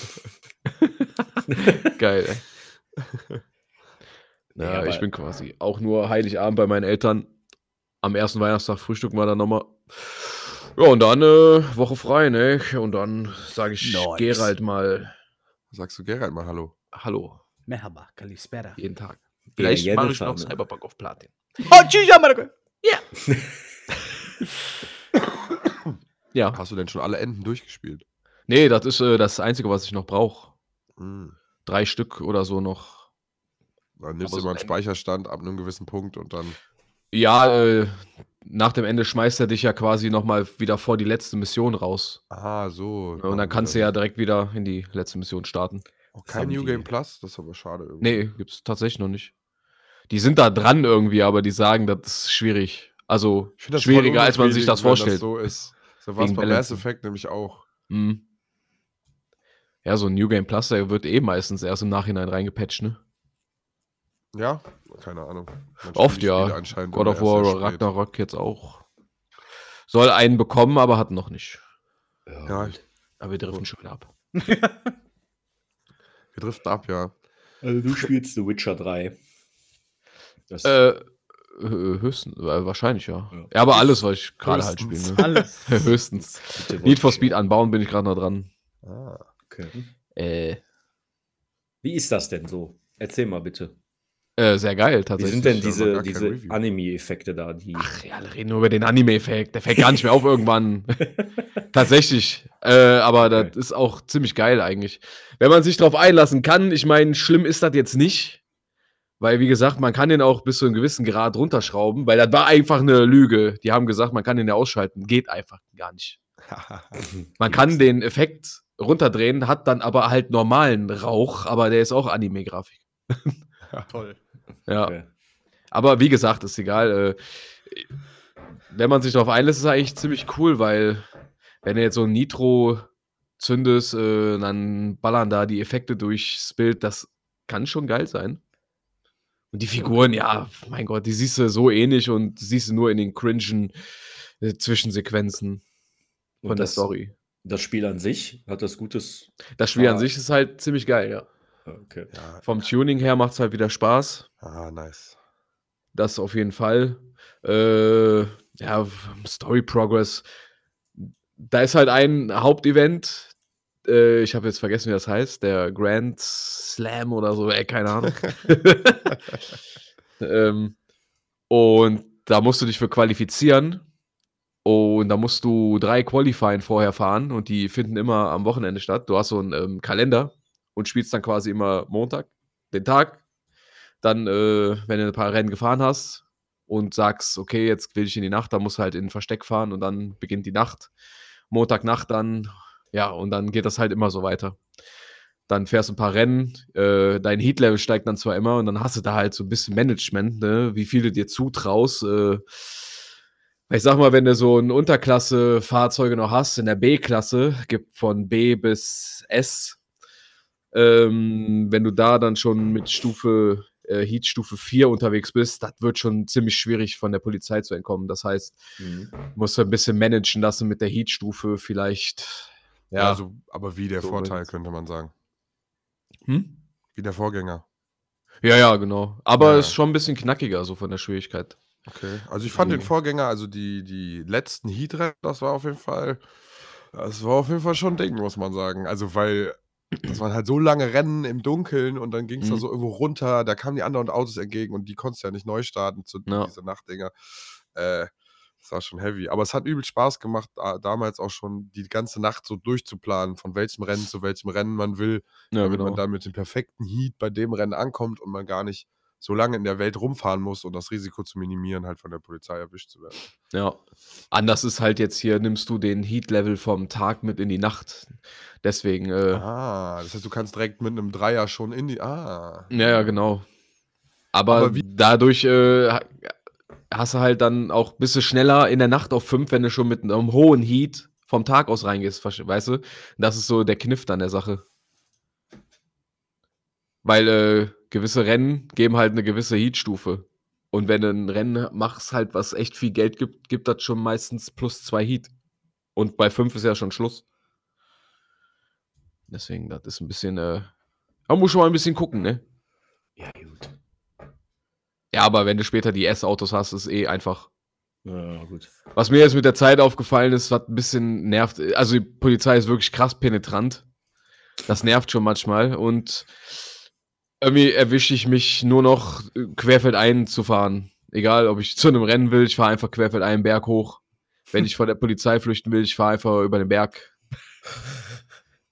Geil. ey. Nee, Ja, aber- Ne, ich bin quasi auch nur Heiligabend bei meinen Eltern. Am ersten Weihnachtstag frühstücken wir dann nochmal. Ja, und dann äh, Woche frei, ne? Und dann sage ich Nice. Gerald mal Sagst du Gerald mal Hallo? Hallo, Merhaba, Kalispera. jeden Tag. Ja, Vielleicht mache ich Jennifer, noch ne? Cyberpunk auf Platin. Oh, tschüss, Marco. Ja, Hast du denn schon alle Enden durchgespielt? nee, das ist äh, das Einzige, was ich noch brauche. Hm. Drei Stück oder so noch. Dann nimmst Aber du so mal einen ein- Speicherstand ab einem gewissen Punkt und dann. Ja, äh, nach dem Ende schmeißt er dich ja quasi nochmal wieder vor die letzte Mission raus. ne? Ah, so. Und dann kannst du Oh, ja direkt wieder in die letzte Mission starten. Auch haben oh, kein New die- Game Plus, das ist aber schade. Irgendwie. Nee, gibt's tatsächlich noch nicht. Die sind da dran irgendwie, aber die sagen, das ist schwierig. Also Ich find das voll schwieriger, als man sich das unbefriedigend, wenn vorstellt. Das so ist. So war es Wegen bei Mass Balancen. Effect nämlich auch. Mhm. Ja, so ein New Game Plus, der wird eh meistens erst im Nachhinein reingepatcht, ne? Ja, keine Ahnung. Man Oft spielt die ja. Spiele anscheinend God immer of erst War sehr oder spät. Ragnarok jetzt auch. Soll einen bekommen, aber hat noch nicht. Ja, ich, Aber wir driften schon wieder ab. wir driften ab, ja. Also du spielst The Witcher 3. Das Äh, äh, höchstens, äh, wahrscheinlich ja. Ja. ja. aber alles, was ich gerade halt Höchstens. spiele. Ne? Alles. höchstens. bitte wollte Need for ich- Speed anbauen bin ich gerade noch dran. Ah. Okay. Hm? Äh, Wie ist das denn so? Erzähl mal bitte. äh, sehr geil Wie tatsächlich. sind denn ja noch diese, gar kein diese Review. Anime-Effekte da? Die Ach ja, alle reden nur über den Anime-Effekt. Der fällt gar nicht mehr auf irgendwann. Tatsächlich. Äh, aber das Okay. ist auch ziemlich geil eigentlich. Wenn man sich drauf einlassen kann, ich meine, schlimm ist das jetzt nicht. Weil, wie gesagt, man kann den auch bis zu einem gewissen Grad runterschrauben, weil das war einfach eine Lüge. Die haben gesagt, man kann den ja ausschalten. Geht einfach gar nicht. Man kann den Effekt runterdrehen, hat dann aber halt normalen Rauch, aber der ist auch Anime-Grafik. Toll. Ja. Okay. Aber wie gesagt, ist egal. Äh, wenn man sich darauf einlässt, ist es eigentlich ziemlich cool, weil wenn du jetzt so ein Nitro zündest, äh, dann ballern da die Effekte durchs Bild. Das kann schon geil sein. Und die Figuren, ja, mein Gott, die siehst du so ähnlich und siehst du nur in den cringen äh, Zwischensequenzen Und von der das- Story. das Spiel an sich hat das Gutes. Das Spiel an Ah. sich ist halt ziemlich geil, ja. Okay. Ja. Vom Tuning her macht es halt wieder Spaß. Ah, nice. Das auf jeden Fall. Äh, ja, Story Progress. Da ist halt ein Hauptevent. Äh, ich habe jetzt vergessen, wie das heißt. Der Grand Slam oder so. Ey, keine Ahnung. ähm, und da musst du dich für qualifizieren. Und da musst du drei Qualifying vorher fahren. Und die finden immer am Wochenende statt. Du hast so einen ähm, Kalender und spielst dann quasi immer Montag, den Tag, dann, äh, wenn du ein paar Rennen gefahren hast und sagst, okay, jetzt will ich in die Nacht, dann musst du halt in ein Versteck fahren und dann beginnt die Nacht. Montagnacht dann, ja, und dann geht das halt immer so weiter. Dann fährst du ein paar Rennen, äh, dein Heatlevel steigt dann zwar immer und dann hast du da halt so ein bisschen Management, ne? wie viel du dir zutraust. Äh, ich sag mal, wenn du so ein Unterklasse-Fahrzeuge noch hast, in der B-Klasse, gibt von B bis S, ähm, wenn du da dann schon mit Stufe äh, Heat Stufe 4 unterwegs bist, das wird schon ziemlich schwierig von der Polizei zu entkommen. Das heißt, Mhm. musst du ein bisschen managen lassen mit der Heat Stufe vielleicht. Ja. Also, aber wie der So Vorteil, wird's. könnte man sagen. hm? Wie der Vorgänger. Ja, ja, genau. Aber Ja. ist schon ein bisschen knackiger, so von der Schwierigkeit. Okay. Also ich fand Ja. den Vorgänger, also die, die letzten Heat-Rennen, das war auf jeden Fall, das war auf jeden Fall schon ein Ding, muss man sagen. Also weil, das waren halt so lange Rennen im Dunkeln und dann ging es da Mhm. so irgendwo runter, da kamen die anderen Autos entgegen und die konntest du ja nicht neu starten, zu, Ja. diese Nachtdinger. Äh, das war schon heavy. Aber es hat übel Spaß gemacht, da, damals auch schon die ganze Nacht so durchzuplanen, von welchem Rennen zu welchem Rennen man will Ja, damit genau. man dann mit dem perfekten Heat bei dem Rennen ankommt und man gar nicht so lange in der Welt rumfahren muss und das Risiko zu minimieren, halt von der Polizei erwischt zu werden. Ja. Anders ist halt jetzt hier, nimmst du den Heat-Level vom Tag mit in die Nacht. Deswegen, äh, Ah, das heißt, du kannst direkt mit einem Dreier schon in die. Ah. Ja, ja, genau. Aber, Aber wie- dadurch äh, ha- hast du halt dann auch bist du schneller in der Nacht auf 5, wenn du schon mit einem hohen Heat vom Tag aus reingehst, verste- weißt du? Das ist so der Kniff an der Sache. Weil äh, gewisse Rennen geben halt eine gewisse Heatstufe. Und wenn du ein Rennen machst, halt, was echt viel Geld gibt, gibt das schon meistens plus zwei Heat. Und bei fünf ist ja schon Schluss. Deswegen, das ist ein bisschen, äh, man muss schon mal ein bisschen gucken, ne? Ja, gut. Ja, aber wenn du später die S-Autos hast, ist eh einfach. Ja, gut. Was mir jetzt mit der Zeit aufgefallen ist, was ein bisschen nervt, also die Polizei ist wirklich krass penetrant. Das nervt schon manchmal und irgendwie erwische ich mich nur noch äh, querfeldein zu fahren. Egal, ob ich zu einem Rennen will, ich fahre einfach querfeldein einen Berg hoch. Wenn ich vor der Polizei flüchten will, ich fahre einfach über den Berg.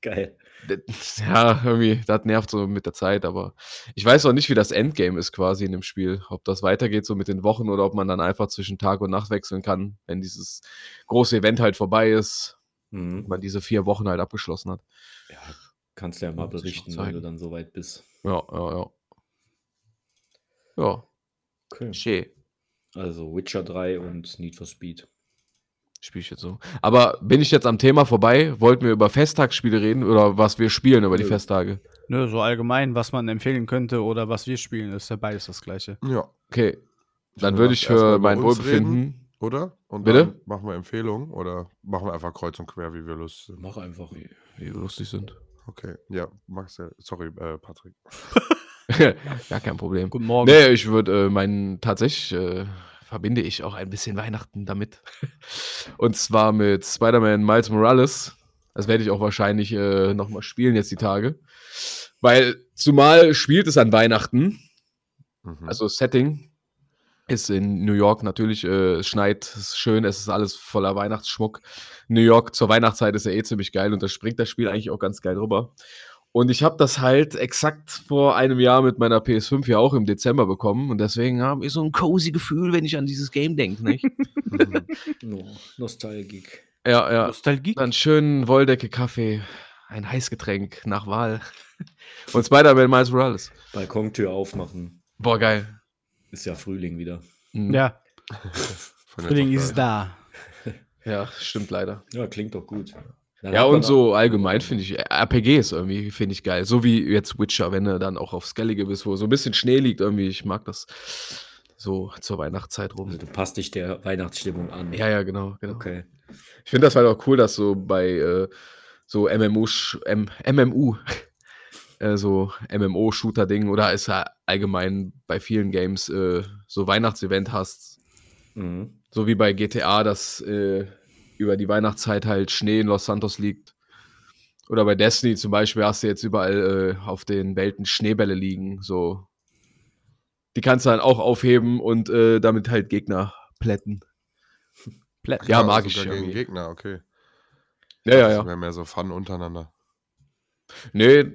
Geil. Das- Ja, irgendwie, das nervt so mit der Zeit, aber ich weiß auch nicht, wie das Endgame ist quasi in dem Spiel. Ob das weitergeht so mit den Wochen oder ob man dann einfach zwischen Tag und Nacht wechseln kann, wenn dieses große Event halt vorbei ist und Mhm. man diese vier Wochen halt abgeschlossen hat. Kannst du ja mal Muss ich noch berichten, wenn zeigen. du dann soweit bist. Ja, ja, ja. Ja, Okay. schön. Also Witcher 3 und Need for Speed. Spiel ich jetzt so. Aber bin ich jetzt am Thema vorbei? Wollten wir über Festtagsspiele reden oder was wir spielen über die Nö. Festtage? Nö, so allgemein, was man empfehlen könnte oder was wir spielen, ist ja beides das gleiche. Ja. Okay, dann würde würde das ich erstmal für über mein uns Wohlbefinden. reden, Oder? Und Bitte? dann machen wir Empfehlungen oder machen wir einfach kreuz und quer, wie wir Lust sind. Mach einfach. Wie lustig sind. Okay. Ja, Marcel. Sorry, äh, Patrick. ja, kein Problem. Guten Morgen. Nee, ich würde äh, meinen, tatsächlich äh, verbinde ich auch ein bisschen Weihnachten damit. Und zwar mit Spider-Man Miles Morales. Das werde ich auch wahrscheinlich äh, nochmal spielen jetzt die Tage. Weil zumal spielt es an Weihnachten. Mhm. Also das Setting ist in New York natürlich, äh, es schneit, es ist schön, es ist alles voller Weihnachtsschmuck. New York zur Weihnachtszeit ist ja eh ziemlich geil und da springt das Spiel eigentlich auch ganz geil rüber. Und ich habe das halt exakt vor einem Jahr mit meiner PS5 ja auch im Dezember bekommen und deswegen habe ich so ein cozy Gefühl, wenn ich an dieses Game denke. Nicht? Mhm. No, Nostalgik. ja, ja. Nostalgie. Einen schönen Wolldecke Kaffee, ein Heißgetränk nach Wahl und Spider-Man Miles Morales. Balkontür aufmachen. Boah, geil. Ist ja Frühling wieder. Mhm. Ja, Fand ich Frühling auch ist geil. da. ja, stimmt leider. Ja, klingt doch gut. Dann Ja, hat man und so allgemein finde ich äh, RPGs irgendwie, finde ich geil. So wie jetzt Witcher, wenn du dann auch auf Skellige bist, wo so ein bisschen Schnee liegt irgendwie. Ich mag das so zur Weihnachtszeit auch- rum. Also du passt dich der Weihnachtsstimmung an. Ja, ja, genau. genau. Okay. Ich finde das halt auch cool, dass so bei äh, so MMO, sch- M MMU, äh, so MMO-Shooter-Ding oder ist ja allgemein bei vielen Games äh, so Weihnachtsevent hast, Mhm. so wie bei GTA, dass äh, über die Weihnachtszeit halt Schnee in Los Santos liegt. Oder bei Destiny zum Beispiel hast du jetzt überall äh, auf den Welten Schneebälle liegen. So. Die kannst du dann auch aufheben und äh, damit halt Gegner plätten. Plätt- Ja, mag sogar ich Gegen irgendwie. Gegner, okay. Ja, ja, Das ja. wäre mehr so Fun untereinander. Nee,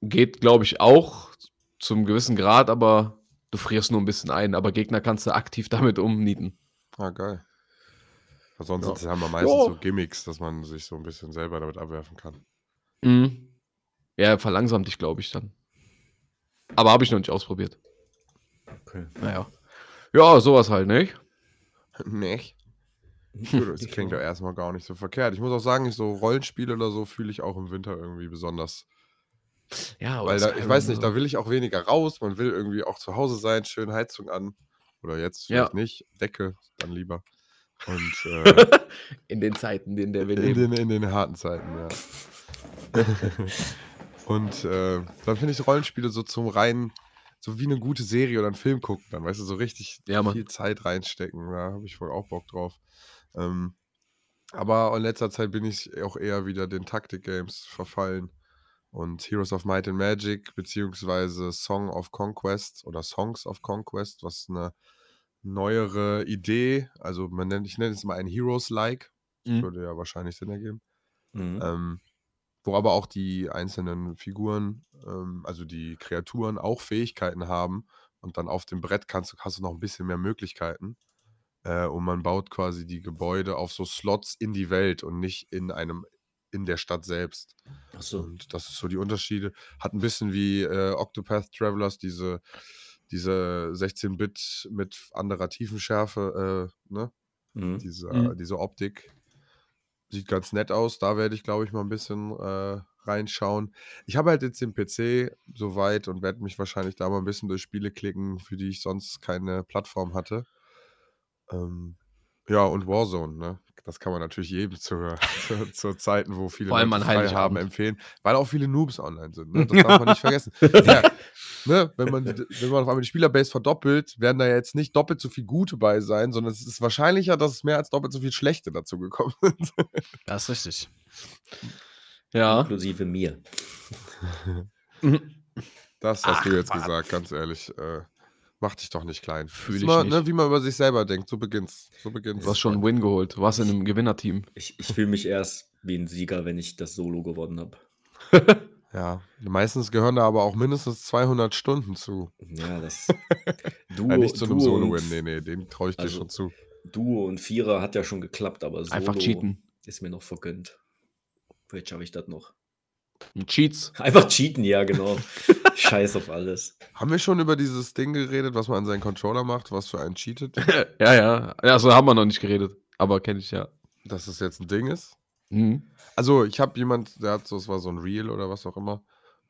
geht, glaube ich, auch zum gewissen Grad, aber du frierst nur ein bisschen ein. Aber Gegner kannst du aktiv damit umnieten. Ah, geil. Weil Sonst Ja. ja. haben wir meistens Ja. so Gimmicks, dass man sich so ein bisschen selber damit abwerfen kann. Mhm. Ja, verlangsamt dich, glaube ich, dann. Aber habe ich noch nicht ausprobiert. Okay. Naja. Ja, sowas halt, nicht? Nicht? Das klingt doch erstmal gar nicht so verkehrt. Ich muss auch sagen, ich so Rollenspiele oder so fühle ich auch im Winter irgendwie besonders. Ja, Weil da, ich weiß nicht, da will ich auch weniger raus. Man will irgendwie auch zu Hause sein, schön Heizung an. Oder jetzt Ja. vielleicht nicht, Decke dann lieber. Und äh, In den Zeiten, in der wir in, leben. den, in den harten Zeiten, ja. Und äh, dann finde ich Rollenspiele so zum reinen, so wie eine gute Serie oder einen Film gucken, dann weißt du, so richtig Ja, Mann. viel Zeit reinstecken. Da habe ich wohl auch Bock drauf. Ähm, aber in letzter Zeit bin ich auch eher wieder den Taktik-Games verfallen. Und Heroes of Might and Magic, beziehungsweise Song of Conquest oder Songs of Conquest, was eine neuere Idee, also man nennt, ich nenne es mal ein Heroes-like, Mhm. würde ja wahrscheinlich Sinn ergeben. Mhm. Ähm, wo aber auch die einzelnen Figuren, ähm, also die Kreaturen, auch Fähigkeiten haben. Und dann auf dem Brett kannst, du- hast du noch ein bisschen mehr Möglichkeiten. Äh, und man baut quasi die Gebäude auf so Slots in die Welt und nicht in einem in der Stadt selbst. Ach so. Und das ist so die Unterschiede. Hat ein bisschen wie äh, Octopath Travelers diese, diese 16-Bit mit anderer Tiefenschärfe, äh, ne? Mhm. diese, Mhm. diese Optik. Sieht ganz nett aus. Da werde ich, glaube ich, mal ein bisschen äh, reinschauen. Ich habe halt jetzt den PC soweit und werde mich wahrscheinlich da mal ein bisschen durch Spiele klicken, für die ich sonst keine Plattform hatte. Ähm, ja, und Warzone, ne? Das kann man natürlich jedem zur, zur, zur Zeiten, wo viele Vor allem Leute an frei haben, Heiligabend. empfehlen, weil auch viele Noobs online sind. Ne? Das darf man nicht vergessen. Ja, ne? wenn, man, die- wenn man auf einmal die Spielerbase verdoppelt, werden da jetzt nicht doppelt so viel Gute bei sein, sondern es ist wahrscheinlicher, dass es mehr als doppelt so viel Schlechte dazu gekommen sind. Das ist richtig. Ja. Inklusive mir. Das hast du jetzt gesagt, ganz ehrlich. Äh, mach dich doch nicht klein. Fühl Ist ich mal, nicht. Ne, wie man über sich selber denkt, so beginnt's. So beginnt's. Du hast schon einen Win geholt. Du warst in einem Gewinnerteam. Ich, ich fühle mich erst wie ein Sieger, wenn ich das Solo gewonnen habe. Ja, meistens gehören da aber auch mindestens 200 Stunden zu. Ja, das Duo, Du, ja, Äh, nicht zu einem Duo Solo-Win, und- nee, nee, dem traue ich dir Also- schon zu. Duo und Vierer hat ja schon geklappt, aber Solo Einfach cheaten. ist mir noch vergönnt. Vielleicht schaffe ich das noch. Mit Cheats. Einfach cheaten, ja, genau. Scheiß auf alles. Haben wir schon über dieses Ding geredet, was man an seinen Controller macht, was für einen cheatet? ja, ja. Also haben wir noch nicht geredet. Aber kenne ich ja. dass es jetzt ein Ding ist? Mhm. Also, ich habe jemand, der hat so, es war so ein Reel oder was auch immer,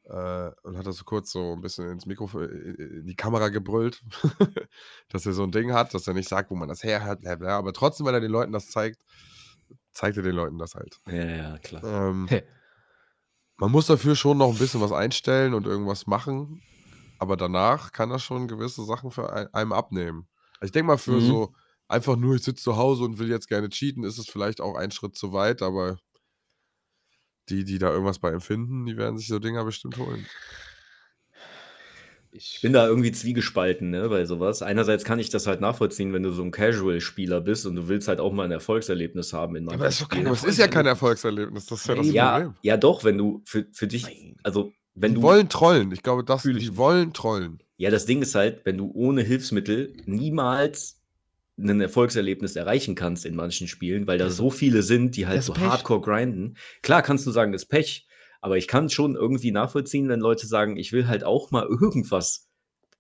äh, und hat das so kurz so ein bisschen ins Mikrofon, in die Kamera gebrüllt, dass er so ein Ding hat, dass er nicht sagt, wo man das her hat, bla bla, aber trotzdem, weil er den Leuten das zeigt, zeigt er den Leuten das halt. Ja, ja, klar. Ähm, Hä. man muss dafür schon noch ein bisschen was einstellen und irgendwas machen, aber danach kann er schon gewisse Sachen für ein, einem abnehmen. Also Ich denke mal, für Mhm. so einfach nur, ich sitze zu Hause und will jetzt gerne cheaten, ist es vielleicht auch ein Schritt zu weit, aber die, die da irgendwas bei empfinden, die werden sich so Dinger bestimmt holen. Ich bin da irgendwie zwiegespalten, ne, bei sowas. Einerseits kann ich das halt nachvollziehen, wenn du so ein Casual-Spieler bist und du willst halt auch mal ein Erfolgserlebnis haben in manchen Spielen. Aber es ist ja kein Erfolgserlebnis, das ist ja das ja, Problem. ja, doch, wenn du für, für dich, also wenn die du wollen trollen, ich glaube, das, Fühl ich die nicht. wollen trollen. Ja, das Ding ist halt, wenn du ohne Hilfsmittel niemals ein Erfolgserlebnis erreichen kannst in manchen Spielen, weil da so viele sind, die halt das so ist Pech. hardcore grinden. Klar kannst du sagen, das ist Pech, aber ich kann schon irgendwie nachvollziehen, wenn Leute sagen, ich will halt auch mal irgendwas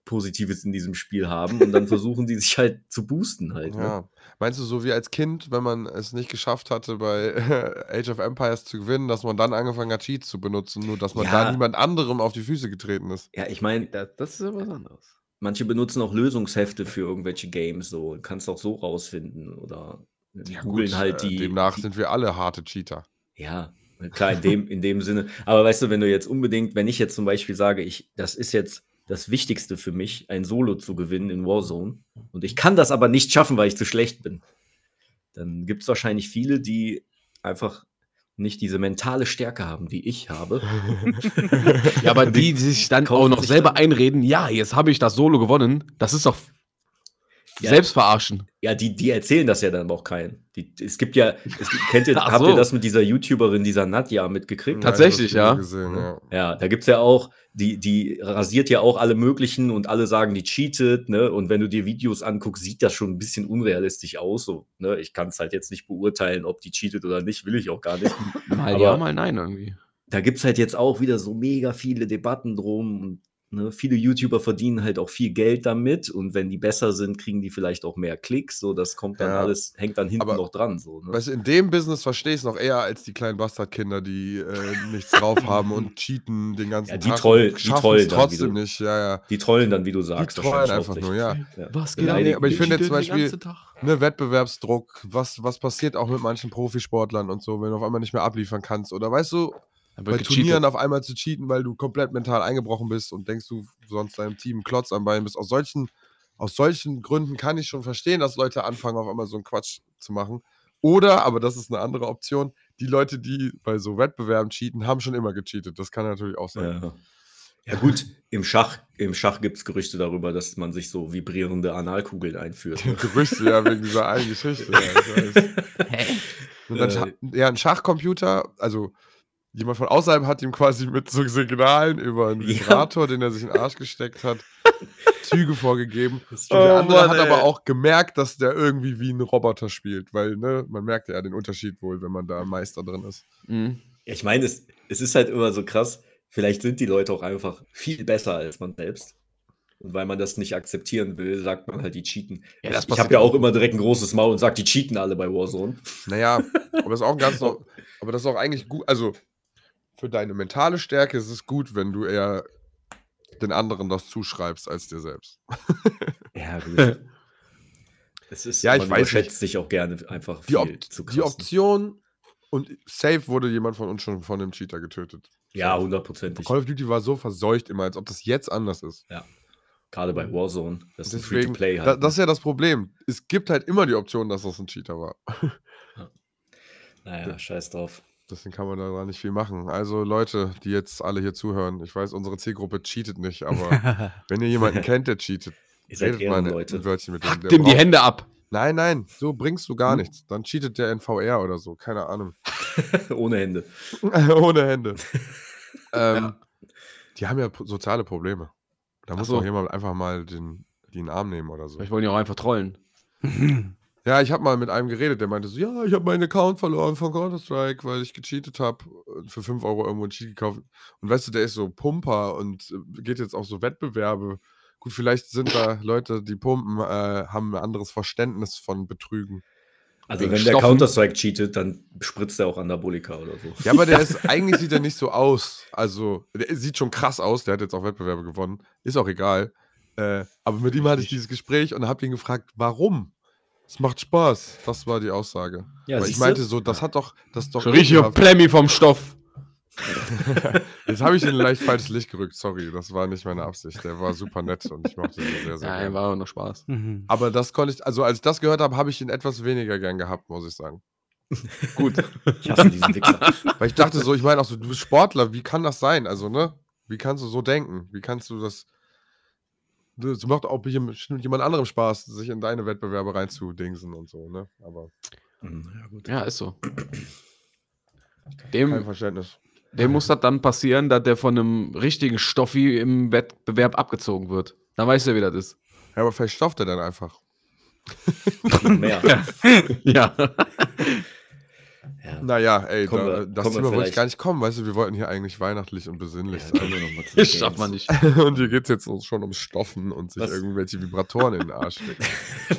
Positives in diesem Spiel haben und dann versuchen die sich halt zu boosten halt. Ne? Ja. Meinst du, so wie als Kind, wenn man es nicht geschafft hatte, bei Age of Empires zu gewinnen, dass man dann angefangen hat, Cheats zu benutzen, nur dass man da Ja. niemand anderem auf die Füße getreten ist? ja ich meine, Das, das ist ja was anderes. manche benutzen auch Lösungshefte für irgendwelche Games so, kannst auch so rausfinden oder googeln halt äh, die. Demnach die, sind wir alle harte Cheater. Ja, klar, in dem, in dem Sinne. Aber weißt du, wenn du jetzt unbedingt, wenn ich jetzt zum Beispiel sage, ich, das ist jetzt das Wichtigste für mich, ein Solo zu gewinnen in Warzone, und ich kann das aber nicht schaffen, weil ich zu schlecht bin, dann gibt es wahrscheinlich viele, die einfach nicht diese mentale Stärke haben, die ich habe. Ja, aber die, die sich dann kaufen auch noch sich selber dann- einreden, ja, jetzt habe ich das Solo gewonnen, das ist doch Ja. selbst verarschen. Ja, die, die erzählen das ja dann aber auch keinen. Die, es gibt ja, es gibt, kennt ihr, Ach habt so. ihr das mit dieser YouTuberin, dieser Nadja mitgekriegt? Ja. Tatsächlich, das hab ich ja. nur Gesehen, ja. Ja, da gibt's ja auch, die, die rasiert ja auch alle möglichen und alle sagen, die cheatet, ne? Und wenn du dir Videos anguckst, sieht das schon ein bisschen unrealistisch aus. So, ne? Ich kann es halt jetzt nicht beurteilen, ob die cheatet oder nicht, will ich auch gar nicht. Mal Aber- ja, mal nein irgendwie. da gibt's halt jetzt auch wieder so mega viele Debatten drum und ne? viele YouTuber verdienen halt auch viel Geld damit und wenn die besser sind, kriegen die vielleicht auch mehr Klicks. So, das kommt dann Ja. alles, hängt dann hinten Aber- noch dran. So, ne? Weißt du, in dem Business verstehe ich es noch eher als die kleinen Bastardkinder, die äh, nichts drauf haben und cheaten den ganzen Ja, die Tag. Troll- und die schaffen's Trollen dann trotzdem wieder. nicht, ja, ja. Die trollen dann, wie du sagst, trollen wahrscheinlich einfach nur, ja. hauptsächlich. ja. Was genau? geht ab? Nee, aber ich finde Cheatet zum den Beispiel- ganzen Tag. Ne, Wettbewerbsdruck, was, was passiert auch mit manchen Profisportlern und so, wenn du auf einmal nicht mehr abliefern kannst. Oder weißt du, Da bei wird gecheatet. Turnieren auf einmal zu cheaten, weil du komplett mental eingebrochen bist und denkst, du sonst deinem Team einen Klotz am Bein bist. Aus solchen, aus solchen Gründen kann ich schon verstehen, dass Leute anfangen, auf einmal so einen Quatsch zu machen. Oder, aber das ist eine andere Option, die Leute, die bei so Wettbewerben cheaten, haben schon immer gecheatet. Das kann natürlich auch sein. Ja. ja, Äh, gut, im Schach, im Schach gibt es Gerüchte darüber, dass man sich so vibrierende Analkugeln einführt. Gerüchte ja wegen dieser einen Geschichte. Ja, ich weiß. Und dann, scha- Äh, ja, ein Schachcomputer, also jemand von außerhalb hat ihm quasi mit so Signalen über einen Ja. Vibrator, den er sich in den Arsch gesteckt hat, Züge vorgegeben. Das Und der Oh andere Mann, hat ey. aber auch gemerkt, dass der irgendwie wie ein Roboter spielt, weil ne, man merkt ja den Unterschied wohl, wenn man da Meister drin ist. Mhm. ich meine, es, es ist halt immer so krass. Vielleicht sind die Leute auch einfach viel besser als man selbst. Und weil man das nicht akzeptieren will, sagt man halt, die cheaten. Ja, ich das ich passiert habe ja auch immer direkt ein großes Maul und sage, die cheaten alle bei Warzone. Naja, aber das ist auch ein ganz, nor- aber das ist auch eigentlich gut. Also für deine mentale Stärke ist es gut, wenn du eher den anderen das zuschreibst als dir selbst. Ja, gut. es ist, Ja, ich man weiß überschätzt sich auch gerne einfach Die, viel Op zu die krass. Option und safe wurde jemand von uns schon von einem Cheater getötet. Ja, hundertprozentig. Call of Duty war so verseucht immer, als ob das jetzt anders ist. Gerade bei Warzone. Das ist ein Deswegen, Free-to-Play da, halt. das ist ja das Problem. Es gibt halt immer die Option, dass das ein Cheater war. ne? naja, scheiß drauf. Deswegen kann man da nicht viel machen. Also Leute, die jetzt alle hier zuhören, ich weiß, unsere Zielgruppe cheatet nicht, aber wenn ihr jemanden kennt, der cheatet, Ihr seid redet mal ein Ehrenleute. ein Wörtchen mit dem. Hackt ihm die braucht- Hände Hm. ab. Nein, nein, so bringst du gar nichts. Dann cheatet der in VR oder so, keine Ahnung. Ohne Hände. Ohne Hände. Ähm, Die haben ja pro- soziale Probleme. Da muss so. doch jemand einfach mal den, die in den Arm nehmen oder so. Vielleicht wollen die auch einfach trollen. Ja, ich habe mal mit einem geredet, der meinte so, ja, ich habe meinen Account verloren von Counter-Strike, weil ich gecheatet habe und für 5 Euro irgendwo einen Cheat gekauft. Und weißt du, der ist so Pumper und äh, geht jetzt auf so Wettbewerbe. Gut, vielleicht sind da Leute, die pumpen, äh, haben ein anderes Verständnis von Betrügen. Also Wegen wenn der Stoffen. Counter-Strike cheatet, dann spritzt er auch Anabolika oder so. Ja, aber der ist, eigentlich sieht er nicht so aus. Also, der sieht schon krass aus, der hat jetzt auch Wettbewerbe gewonnen. Ist auch egal. Äh, aber mit ihm hatte ich dieses Gespräch und habe ihn gefragt, warum? Es macht Spaß. Das war die Aussage. Ja, Weil ich siehste? meinte so, das hat doch, das ist doch Schon richtiger ekelhaft. Plemmi vom Stoff. Jetzt habe ich ihn leicht falsches Licht gerückt, sorry, das war nicht meine Absicht. Der war super nett und ich mochte ihn sehr, sehr Nein, gerne. war auch noch Spaß. Mhm. Aber das konnte ich, also als ich das gehört habe, habe ich ihn etwas weniger gern gehabt, muss ich sagen. Gut. ich hasse diesen Wichser. Weil ich dachte so, ich meine auch so, du bist Sportler, wie kann das sein? Also, ne? Wie kannst du so denken? Wie kannst du das. ne, Es macht auch bestimmt jemand anderem Spaß, sich in deine Wettbewerbe reinzudingsen und so, ne? Aber Hm, ja, gut. ja, ist so. kein Hm. Dem, Verständnis. dem muss das dann passieren, dass der von einem richtigen Stoffi im Wettbewerb abgezogen wird. Dann weißt du, wie das ist. Ja, aber vielleicht stofft er dann einfach. Noch mehr. Ja. Ja. Naja, ey, Kommen da, wir- kommen wir das Thema wollte ich vielleicht. gar nicht kommen, weißt du, wir wollten hier eigentlich weihnachtlich und besinnlich Ja, sein. kommen wir noch mal zu den Das schafft Games. man nicht. Und hier geht es jetzt schon um Stoffen und sich Was? irgendwelche Vibratoren in den Arsch stecken.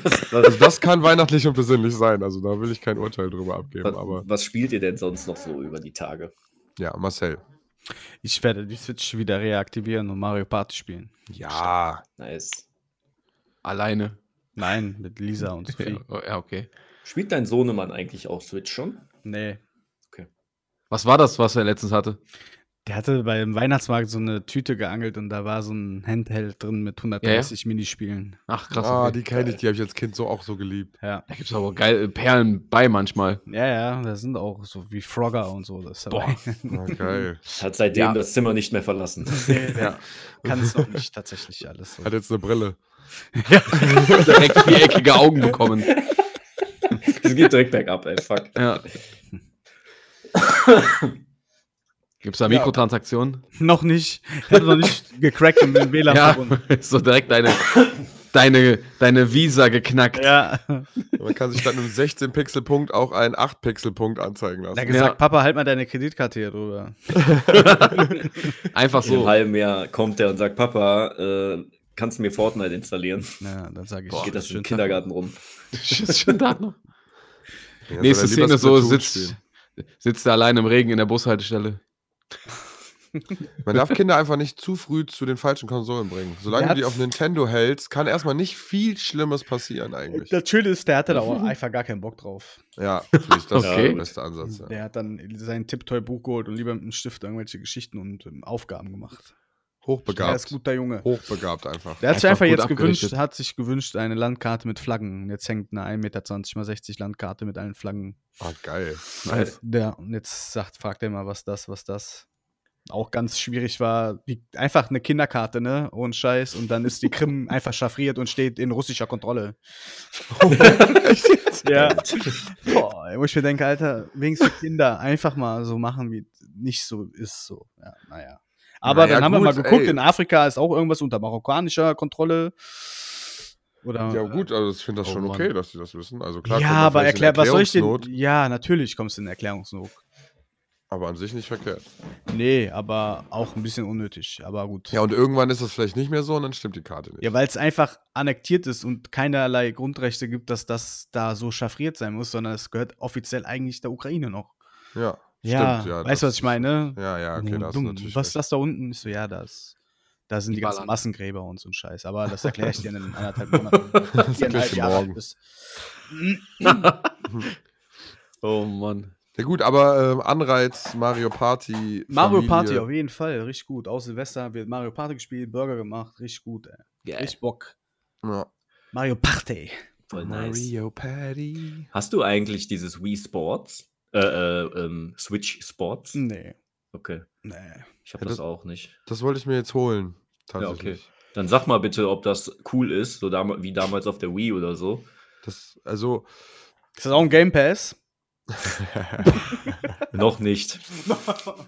Was, Also was, das kann weihnachtlich und besinnlich sein, also da will ich kein Urteil drüber abgeben, aber was, was spielt ihr denn sonst noch so über die Tage? ja, Marcel. Ich werde die Switch wieder reaktivieren und Mario Party spielen. Ja, Nice. Alleine. Nein, mit Lisa und Sophie. Ja, ja, okay. Spielt dein Sohnemann eigentlich auch Switch schon? Nee. Was war das, was er letztens hatte? Der hatte beim Weihnachtsmarkt so eine Tüte geangelt und da war so ein Handheld drin mit 130 Minispielen. Ach, krass. ah, okay. die kenne ich, die habe ich als Kind so auch so geliebt. Ja. Da gibt es aber geile Perlen bei manchmal. Ja, ja, da sind auch so wie Frogger und so. Das dabei. Ah, geil. Hat seitdem Ja. das Zimmer nicht mehr verlassen. ja. Also, Kann es noch nicht tatsächlich alles so. Hat jetzt eine Brille. Direkt viereckige Augen bekommen. Es geht direkt bergab, ey, fuck. Ja. Gibt es da Mikrotransaktionen? Noch nicht. Ich habe noch nicht gecrackt und mit dem WLAN Ja, verbunden. so direkt deine, deine, deine Visa geknackt. Ja. Man kann sich statt einem 16-Pixel-Punkt auch einen 8-Pixel-Punkt anzeigen Da lassen. gesagt, Papa, halt mal deine Kreditkarte hier drüber. Einfach So. Im so. halben Jahr kommt er und sagt, Papa, äh, kannst du mir Fortnite installieren? Ja, dann sage ich. Geht das im schönen Tag. Kindergarten rum? Ist schon da noch. Ja, Nächste soll er lieber Szene so Splatoon sitzt, spielen. sitzt er allein im Regen in der Bushaltestelle. Man darf Kinder einfach nicht zu früh zu den falschen Konsolen bringen. Solange Der du die hat's- auf Nintendo hältst, kann erstmal nicht viel Schlimmes passieren eigentlich. Das Schöne ist, der hatte da auch einfach gar keinen Bock drauf. Ja, finde ich, das Okay. ist der beste Ansatz. Ja. Der hat dann sein Tipptoy-Buch geholt und lieber mit einem Stift irgendwelche Geschichten und ähm, Aufgaben gemacht. Der ist Hochbegabt. guter Junge. Hochbegabt einfach. Der hat sich Einfach einfach gut jetzt gewünscht, abgerichtet. hat sich gewünscht, eine Landkarte mit Flaggen. Und jetzt hängt eine 1,20 Meter x 60 Landkarte mit allen Flaggen. Ah, geil. Nice. Ja, und jetzt sagt, fragt er mal, was das, was das. Auch ganz schwierig war, die, einfach eine Kinderkarte, ne? Ohne Scheiß. Und dann ist die Krim einfach chaffriert und steht in russischer Kontrolle. ja. Boah, wo ich mir denke, Alter, wenigstens Kinder einfach mal so machen, wie nicht so ist. So, ja, naja. Aber Naja, dann haben wir gut, mal geguckt, ey. in Afrika ist auch irgendwas unter marokkanischer Kontrolle. Oder, Ja, gut, also ich finde das Oh schon Mann. okay, dass die das wissen. Also Ja, klar, kommt man aber vielleicht in erklärt, was soll ich denn? Erklärungsnot, Ja, natürlich kommst du in Erklärungsnot. Aber an sich nicht verkehrt. Nee, aber auch ein bisschen unnötig. Aber gut. Ja, und irgendwann ist das vielleicht nicht mehr so und dann stimmt die Karte nicht. Ja, weil es einfach annektiert ist und keinerlei Grundrechte gibt, dass das da so chaffriert sein muss, sondern es gehört offiziell eigentlich der Ukraine noch. ja, ja, stimmt, weißt du, das was ich meine? ist- Ja, ja, okay, Oh, das ist dumm. natürlich. Was ist recht. das da unten? Ich so, ja, das. Da sind die, Die ganzen ballern. Massengräber und so ein Scheiß. Aber das erkläre ich dir in einem anderthalb Monaten. wenn du kriegst viereinhalb du Jahre alt morgen. bist. Oh Mann. Ja, gut, aber ähm, Anreiz, Mario Party. Mario Familie. Party auf jeden Fall, richtig gut. Auch Silvester wird Mario Party gespielt, Burger gemacht, richtig gut, ey. Richtig Bock. Ja. Mario Party. Voll nice. Party. Hast du eigentlich dieses Wii Sports? Äh, äh, ähm, Switch Sports? Nee, Okay. nee. Ich habe Ja, das das- auch nicht. Das wollte ich mir jetzt holen. Ja, Tatsächlich. okay. Dann sag mal bitte, ob das cool ist, so dam wie damals auf der Wii oder so. Das, also, Ist das auch ein Game Pass? Noch nicht.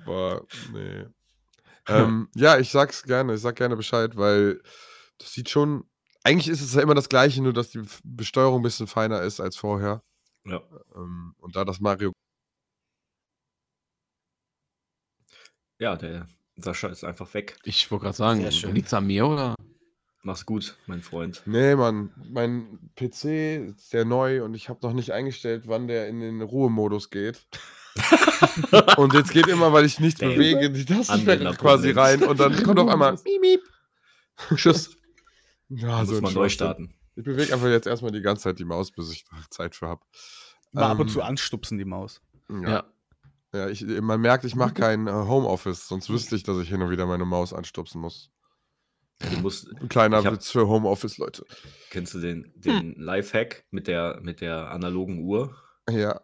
war, nee. ähm, ja, ich sag's gerne, ich sag gerne Bescheid, weil das sieht schon. Eigentlich ist es ja immer das Gleiche, nur dass die Besteuerung ein bisschen feiner ist als vorher. Ja. Ähm, und da das Mario Ja, der Sascha ist einfach weg. Ich wollte gerade sagen, Sehr schön. liegt's an mir oder? Mach's gut, mein Freund. Nee, Mann, mein PC ist sehr neu und ich habe noch nicht eingestellt, wann der in den Ruhemodus geht. und jetzt geht immer, weil ich nichts Damn. bewege, die Tastenfläche quasi Anwenderproblem. rein und dann kommt auf einmal. Miep, miep. Tschüss. Ja, Muss Ah, man ein neu Schwachsinn. starten. Ich bewege einfach jetzt erstmal die ganze Zeit die Maus, bis ich da Zeit für habe. Mal ab Ähm. und zu anstupsen, die Maus. Ja. ja. Ja. ich, man merkt, ich Mhm. mache kein äh, Homeoffice, sonst wüsste ich, dass ich hin und wieder meine Maus anstupsen muss. Du musst, Ein kleiner Ich hab- Witz für Homeoffice, Leute. kennst du den, den Hm. Lifehack mit der, mit der analogen Uhr? Ja,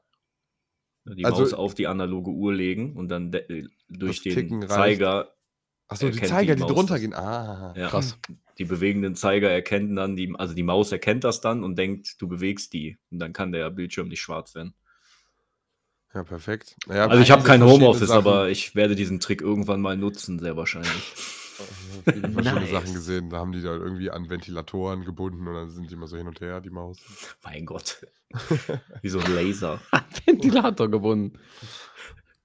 Die Also- Maus auf die analoge Uhr legen und dann de- durch Das den Ticken reicht. Zeiger, achso, die Erkennt die Zeiger, die, Äh, Maus drunter das? gehen. Ah, ja, Krass. die bewegenden Zeiger erkennen dann, die, also die Maus erkennt das dann und denkt, du bewegst die. Und dann kann der Bildschirm nicht schwarz werden. ja perfekt. Naja, Also ich habe viele kein verschiedene Homeoffice, Sachen. aber ich werde diesen Trick irgendwann mal nutzen, sehr wahrscheinlich. Ich habe verschiedene Nice. Sachen gesehen. Da haben die da irgendwie an Ventilatoren gebunden und dann sind die immer so hin und her, die Maus. mein Gott. Wie so ein Laser. Ventilator gebunden.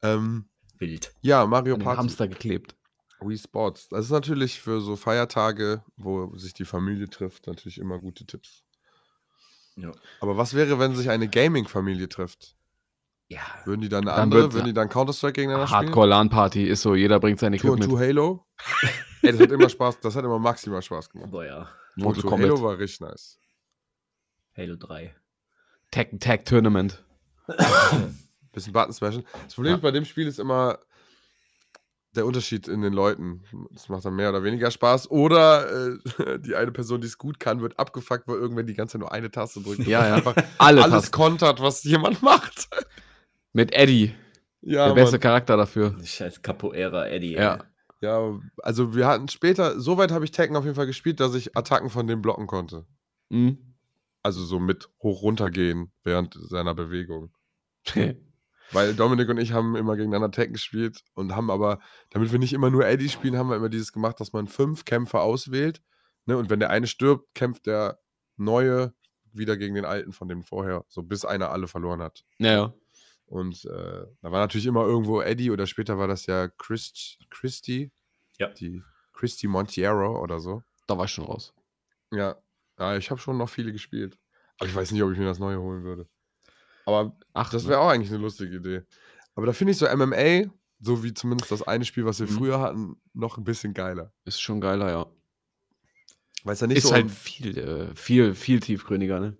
Ähm, Wild. ja, Mario An den Party. Hamster geklebt. Wii Sports. Das ist natürlich für so Feiertage, wo sich die Familie trifft, natürlich immer gute Tipps. Ja. Aber was wäre, wenn sich eine Gaming-Familie trifft? Ja, Würden die dann eine Dann andere, wird's- würden die dann Counter-Strike gegeneinander spielen? Hardcore LAN-Party ist so, jeder bringt sein Two und Equipment. Two Halo? Ey, das hat immer Spaß, das hat immer maximal Spaß gemacht. boah ja. Two und Mortal Two Kombat. Halo war richtig nice. Halo 3. Tag, Tag Tournament. Bisschen Button smashen. Das Problem bei dem Spiel ist immer der Unterschied in den Leuten. Es macht dann mehr oder weniger Spaß. Oder äh, die eine Person, die es gut kann, wird abgefuckt, weil irgendwann die ganze Zeit nur eine Taste drückt. und Ja, ja. Einfach Alle alles Tasten. kontert, was jemand macht. Mit Eddie. Ja, der beste Mann. Charakter dafür. Scheiß Capoeira Eddie. ey. Ja. ja, also wir hatten später, soweit habe ich Tekken auf jeden Fall gespielt, dass ich Attacken von dem blocken konnte. Mhm. Also so mit hoch runtergehen während seiner Bewegung. Weil Dominik und ich haben immer gegeneinander Tekken gespielt und haben aber, damit wir nicht immer nur Eddie spielen, haben wir immer dieses gemacht, dass man fünf Kämpfer auswählt. Ne? Und wenn der eine stirbt, kämpft der neue wieder gegen den alten von dem vorher, so bis einer alle verloren hat. naja. Und äh, da war natürlich immer irgendwo Eddie oder später war das ja Christ, Christy. Ja. Die Christy Montiero oder so. Da war ich schon raus. Ja. ja ich habe schon noch viele gespielt. Aber ich weiß nicht, ob ich mir das neue holen würde. Aber Ach, das wäre auch eigentlich eine lustige Idee. Aber da finde ich so MMA, so wie zumindest das eine Spiel, was wir Mhm. früher hatten, noch ein bisschen geiler. ist schon geiler, ja. Weil es ja nicht Ist so. halt um- viel, äh, viel, viel tiefgründiger, ne?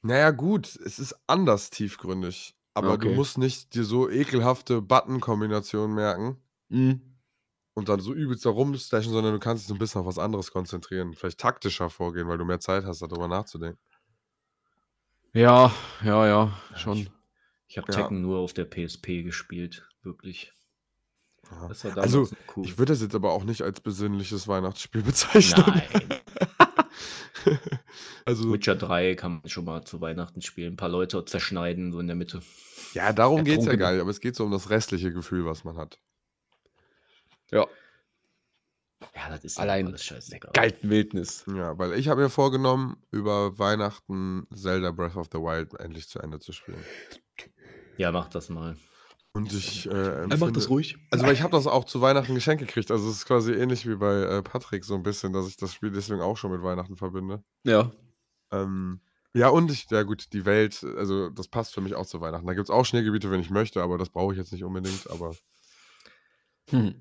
naja, gut, es ist anders tiefgründig. Aber du Okay. musst nicht dir so ekelhafte Button-Kombinationen merken Mhm. und dann so übelst da rumstashen, sondern du kannst dich so ein bisschen auf was anderes konzentrieren. Vielleicht taktischer vorgehen, weil du mehr Zeit hast, darüber nachzudenken. Ja, ja, ja, ich- schon. Ich habe Ja. Tekken nur auf der PSP gespielt, wirklich. Ja. Das war damals Also, noch cool. ich würde das jetzt aber auch nicht als besinnliches Weihnachtsspiel bezeichnen. Nein. Also, Witcher 3 kann man schon mal zu Weihnachten spielen. Ein paar Leute zerschneiden, so in der Mitte. ja, darum geht es ja Ertrunken. gar nicht, aber es geht so um das restliche Gefühl, was man hat. Ja. Ja, das ist Allein. doch alles scheißegal. Galten Wildnis. Ja, weil ich habe mir vorgenommen, über Weihnachten Zelda Breath of the Wild endlich zu Ende zu spielen. Ja, mach das mal. Und ich. Äh, Er macht das empfinde- ruhig. Also, weil ich habe das auch zu Weihnachten geschenkt gekriegt. Also, es ist quasi ähnlich wie bei äh, Patrick so ein bisschen, dass ich das Spiel deswegen auch schon mit Weihnachten verbinde. Ja. Ähm, ja, und ich, ja gut, die Welt, also das passt für mich auch zu Weihnachten. Da gibt es auch Schneegebiete, wenn ich möchte, aber das brauche ich jetzt nicht unbedingt. Aber Hm.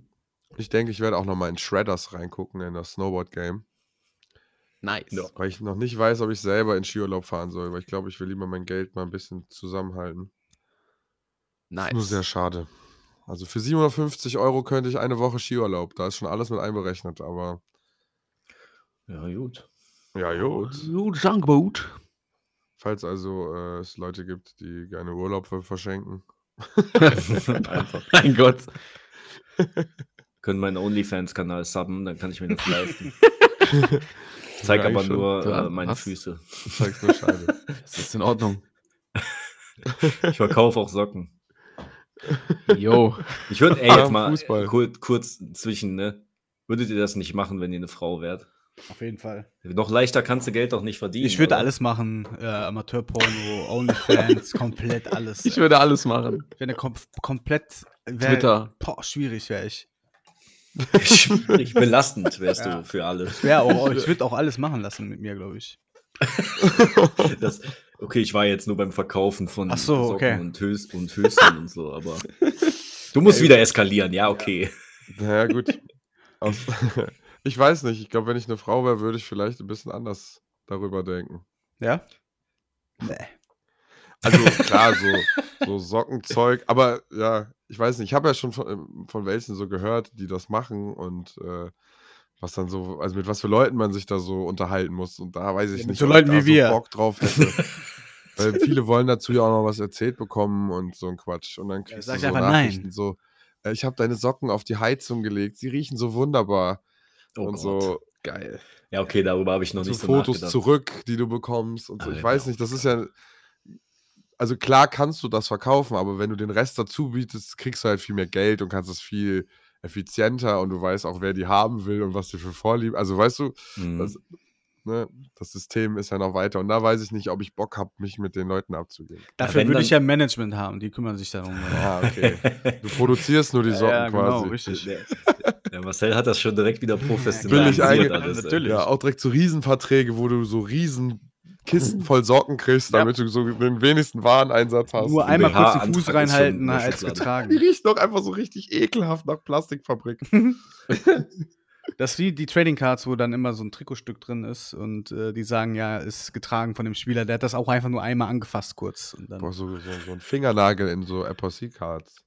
ich denke, ich werde auch nochmal in Shredders reingucken, in das Snowboard-Game. Nice. Ja. Weil ich noch nicht weiß, ob ich selber in Skiurlaub fahren soll, weil ich glaube, ich will lieber mein Geld mal ein bisschen zusammenhalten. Ist Nur Nice. sehr schade. Also für 750 Euro könnte ich eine Woche Skiurlaub. Da ist schon alles mit einberechnet, aber Ja, gut. ja, gut. So, Junkboat. Falls also äh, es Leute gibt, die gerne Urlaub ver- verschenken. Einfach. Mein Gott. Können meinen OnlyFans-Kanal subben, dann kann ich mir das leisten. Ich zeige Ja, aber ich schon. nur Du äh, meine hast- Füße. Ich zeig's nur schade. Das ist in Ordnung. Ich verkaufe auch Socken. Yo. Ich würde, ey, jetzt Am mal Fußball. kurz, kurz zwischen, ne? Würdet ihr das nicht machen, wenn ihr eine Frau wärt? Auf jeden Fall. Noch leichter kannst du Geld doch nicht verdienen. Ich würde oder? alles machen. Äh, Amateurporno, OnlyFans, komplett alles. Ich würde alles machen. Wenn er kom komplett wär, Twitter. Boah, schwierig wäre ich. Schwierig, belastend wärst Ja. du für alle. Wär auch, ich würde auch alles machen lassen mit mir, glaube ich. Das, okay, ich war jetzt nur beim Verkaufen von Ach so, Socken okay. und, Hös und Höschen und so, aber du musst wieder eskalieren, ja, okay. Naja, gut. Aus, ich weiß nicht. Ich glaube, wenn ich eine Frau wäre, würde ich vielleicht ein bisschen anders darüber denken. Ja? Also klar, so, so Sockenzeug, aber ja, ich weiß nicht. Ich habe ja schon von, ähm, von welchen so gehört, die das machen und äh, was dann so, also mit was für Leuten man sich da so unterhalten muss. Und da weiß ich Ja, mit nicht, so ob ich Leuten da wie wir. so Bock drauf hätte. Weil viele wollen dazu ja auch noch was erzählt bekommen und so ein Quatsch. Und dann kriegst sag du ich so einfach nein. Nachrichten so, äh, ich habe deine Socken auf die Heizung gelegt, sie riechen so wunderbar. Oh und Gott. so, geil. Ja, okay, darüber habe ich noch So nicht so Fotos nachgedacht. zurück, die du bekommst und so. Ah, ich ja, weiß ja. nicht, das ist ja. Also klar kannst du das verkaufen, aber wenn du den Rest dazu bietest, kriegst du halt viel mehr Geld und kannst es viel effizienter und du weißt auch, wer die haben will und was die für Vorlieben. Also weißt du, Mhm. das- ne, das System ist ja noch weiter und da weiß ich nicht, ob ich Bock habe, mich mit den Leuten abzugeben. Dafür wenn würde ich dann- ja Management haben, die kümmern sich darum. Ah, okay. Du produzierst nur die Socken genau. quasi. genau, richtig. Der, der Marcel hat das schon direkt wieder professionalisiert. Billig einge- alles, ey. Ja, auch direkt so Riesenverträge, wo du so riesen Kisten voll Socken kriegst, Mhm. Ja. damit du so den wenigsten Wareneinsatz hast. Nur einmal BH kurz den Fuß antragen ist schon reinhalten, eine als Schublade. Die getragen. riecht doch einfach so richtig ekelhaft nach Plastikfabrik. Das ist wie die Trading Cards, wo dann immer so ein Trikotstück drin ist und äh, die sagen, ja, ist getragen von dem Spieler. Der hat das auch einfach nur einmal angefasst kurz. Und dann, Boah, so, so, so ein Fingernagel in so Epoxy-Cards.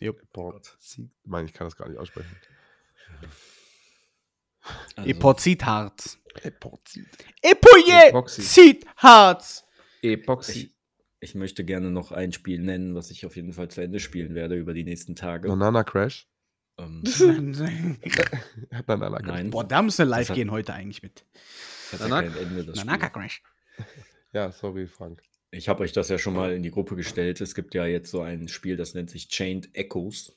Jupp. Epoxy. Ich meine, ich kann das gar nicht aussprechen. Also, Epozidharz. Epoxy. Epozidharz. Epoxy. ich möchte gerne noch ein Spiel nennen, was ich auf jeden Fall zu Ende spielen werde über die nächsten Tage. Banana Crash. Ähm, Hat Banana Crash. nein, Boah, da müssen wir Das live hat- gehen heute eigentlich mit. das hat ja Nanak- kein Ende, das Nanaka Spiel. Crash. Ja, sorry, Frank. Ich habe euch das ja schon mal in die Gruppe gestellt. Es gibt ja jetzt so ein Spiel, das nennt sich Chained Echoes.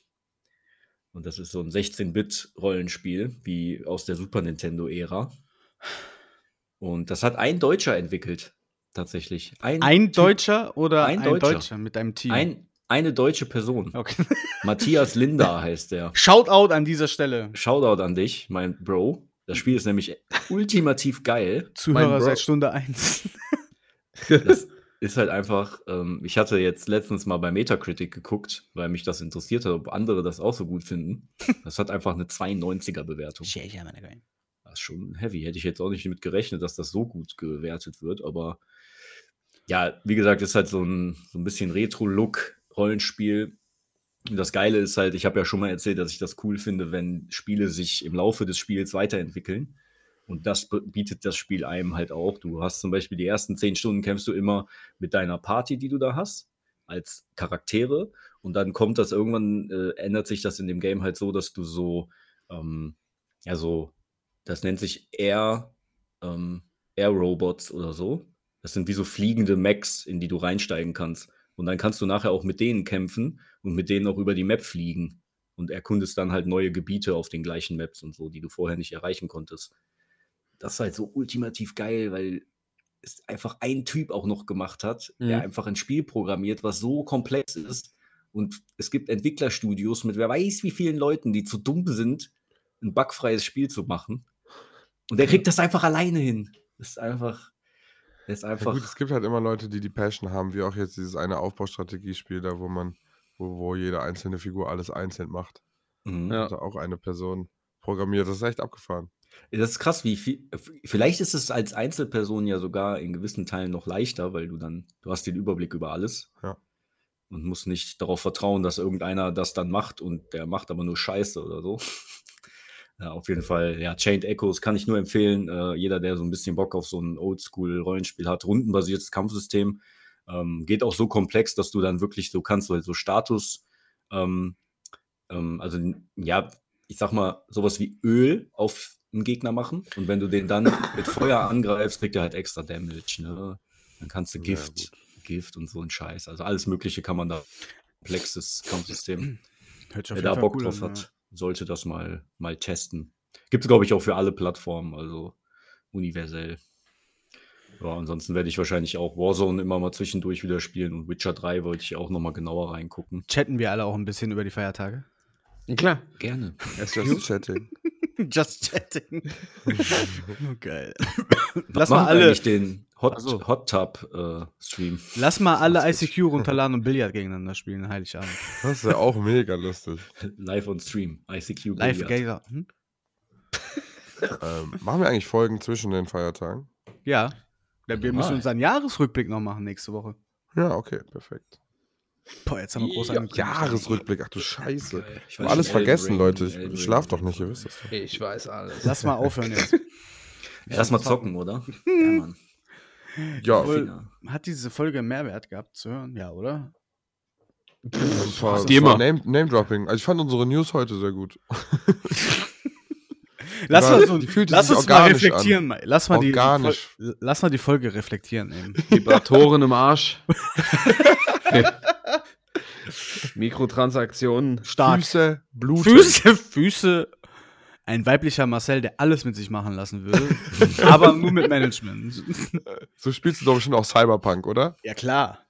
Und das ist so ein 16-Bit-Rollenspiel, wie aus der Super Nintendo-Ära. Und das hat ein Deutscher entwickelt, tatsächlich. Ein, Ein Deutscher oder Ein ein, Deutscher. Deutscher. mit einem Team? ein, eine deutsche Person. Okay. Matthias Linder heißt der. Shoutout an dieser Stelle. Shoutout an dich, mein Bro. Das Spiel ist nämlich ultimativ geil. Zuhörer Bro. seit Stunde 1. Das ist halt einfach, ähm, ich hatte jetzt letztens mal bei Metacritic geguckt, weil mich das interessiert hat, ob andere das auch so gut finden. Das hat einfach eine 92er-Bewertung. Das ist schon heavy. Hätte ich jetzt auch nicht mit gerechnet, dass das so gut gewertet wird, aber ja, wie gesagt, ist halt so ein, so ein bisschen Retro-Look-Rollenspiel. Und Das Geile ist halt, ich habe ja schon mal erzählt, dass ich das cool finde, wenn Spiele sich im Laufe des Spiels weiterentwickeln. Und das b- bietet das Spiel einem halt auch. Du hast zum Beispiel die ersten zehn Stunden kämpfst du immer mit deiner Party, die du da hast, als Charaktere. Und dann kommt das irgendwann, äh, ändert sich das in dem Game halt so, dass du so, ähm, ja, so, das nennt sich Air, ähm, Air Robots oder so. Das sind wie so fliegende Mechs, in die du reinsteigen kannst. Und dann kannst du nachher auch mit denen kämpfen und mit denen auch über die Map fliegen. Und erkundest dann halt neue Gebiete auf den gleichen Maps und so, die du vorher nicht erreichen konntest. Das ist halt so ultimativ geil, weil es einfach ein Typ auch noch gemacht hat, der Mhm. einfach ein Spiel programmiert, was so komplex ist. Und es gibt Entwicklerstudios mit wer weiß wie vielen Leuten, die zu dumm sind, ein bugfreies Spiel zu machen. Und der kriegt das einfach alleine hin. Das ist einfach. Das ist Ja, einfach. gut, es gibt halt immer Leute, die die Passion haben, wie auch jetzt dieses eine Aufbaustrategiespiel da, wo man, wo, wo jede einzelne Figur alles einzeln macht. Mhm. Ja. Hat da auch eine Person programmiert. Das ist echt abgefahren. Äh, Das ist krass, wie viel. Vielleicht ist es als Einzelperson ja sogar in gewissen Teilen noch leichter, weil du dann, du hast den Überblick über alles. Ja. Und musst nicht darauf vertrauen, dass irgendeiner das dann macht und der macht aber nur Scheiße oder so. Ja, auf jeden Fall, ja, Chained Echoes kann ich nur empfehlen. Äh, jeder, der so ein bisschen Bock auf so ein Oldschool-Rollenspiel hat, rundenbasiertes Kampfsystem, ähm, geht auch so komplex, dass du dann wirklich so kannst, du halt so Status, ähm, ähm, also ja, ich sag mal, sowas wie Öl auf einen Gegner machen. Und wenn du den dann mit Feuer angreifst, kriegt er halt extra Damage. Ne? Dann kannst du Ja, Gift, Gift und so ein Scheiß. Also alles Mögliche kann man da komplexes Kampfsystem. Hört sich auf Wer jeden da Fall Bock cool drauf an, hat, ja. sollte das mal, mal testen. Gibt es, glaube ich, auch für alle Plattformen, also universell. Ja, ansonsten werde ich wahrscheinlich auch Warzone immer mal zwischendurch wieder spielen und Witcher 3 wollte ich auch nochmal genauer reingucken. Chatten wir alle auch ein bisschen über die Feiertage? Klar. Gerne. Es ist das Chatting. Just chatting. Oh, Geil. Lass Was mal, machen alle alle, eigentlich den Hot, Ach so. Hot Tub äh, Stream? lass mal alle Was ICQ runterladen und Billard gegeneinander spielen, Heiligabend. Das ist ja auch mega lustig. Live on Stream. ICQ Live Billard. Gazer. Hm? Ähm, machen wir eigentlich Folgen zwischen den Feiertagen? Ja. ja. Wir müssen Normal. unseren Jahresrückblick noch machen nächste Woche. Ja, okay, perfekt. Boah, jetzt haben wir groß Ja, angekündigt. Jahresrückblick, ach du Scheiße. Geil. Ich Ich hab weiß alles nicht, vergessen, Elden Leute. Ring, Elden Ich schlaf Ring. doch nicht, ihr wisst das. Ich weiß alles. Lass mal aufhören jetzt. Lass mal zocken, oder? Ja, Mann. Ja, Voll. Finger. Hat diese Folge einen Mehrwert gehabt zu hören? Ja, oder? ein paar, Die immer. Name, Name Dropping. Also ich fand unsere News heute sehr gut. Lass war- mal, so, die fühlte lass sich uns mal organisch reflektieren. Mal. Lass, mal die, Organisch. Fol- lass mal die Folge reflektieren. Eben. Vibratoren im Arsch. Mikrotransaktionen. Stark. Füße, Blut. Füße, Füße. Ein weiblicher Marcel, der alles mit sich machen lassen würde, aber nur mit Management. So spielst du doch bestimmt auch Cyberpunk, oder? Ja, klar.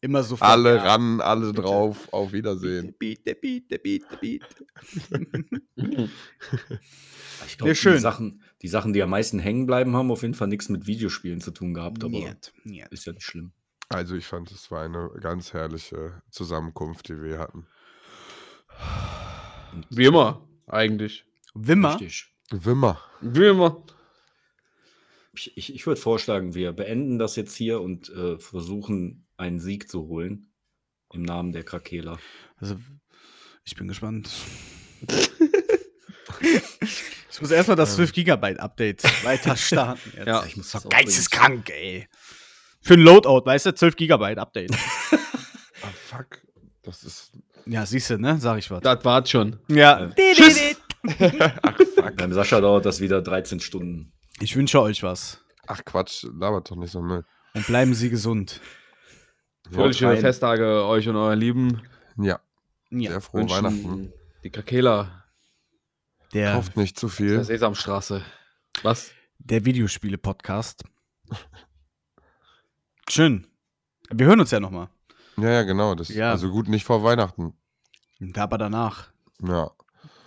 Immer so Alle ja. ran, alle drauf, auf Wiedersehen. Bitte, bitte, bitte, bitte. Ich Ja, glaube, schön. die Sachen, die Sachen, die am meisten hängen bleiben, haben auf jeden Fall nichts mit Videospielen zu tun gehabt, aber Niet, niet. ist ja nicht schlimm. Also ich fand, es war eine ganz herrliche Zusammenkunft, die wir hatten. Wie immer, eigentlich. Wimmer, Richtig. Wimmer. Wie immer. Ich, ich, ich würde vorschlagen, wir beenden das jetzt hier und äh, versuchen, einen Sieg zu holen. Im Namen der Krakela. also ich bin gespannt. ich muss erstmal das 12 Gigabyte Update weiter starten. Jetzt. Ja. Ich muss das auch Geisteskrank, ey. Für ein Loadout, weißt du, 12 Gigabyte Update. Ah, fuck. Das ist. ja, siehst du, ne? Sag ich was. Das war's schon. Ja. Tschüss. bringen. Beim Sascha dauert das wieder 13 Stunden. Ich wünsche euch was. Ach Quatsch, labert doch nicht so Müll. Und bleiben Sie gesund. Fröhliche rein. Festtage euch und euren Lieben. Ja, Ja. sehr frohe Wünschen Weihnachten. Die Krakela. Der, Kauft nicht zu Der viel. Sesamstraße. Was? der Videospiele-Podcast. Schön. Wir hören uns ja nochmal. Ja, ja, genau. Das, Ja. Also gut, nicht vor Weihnachten. Aber danach. Ja.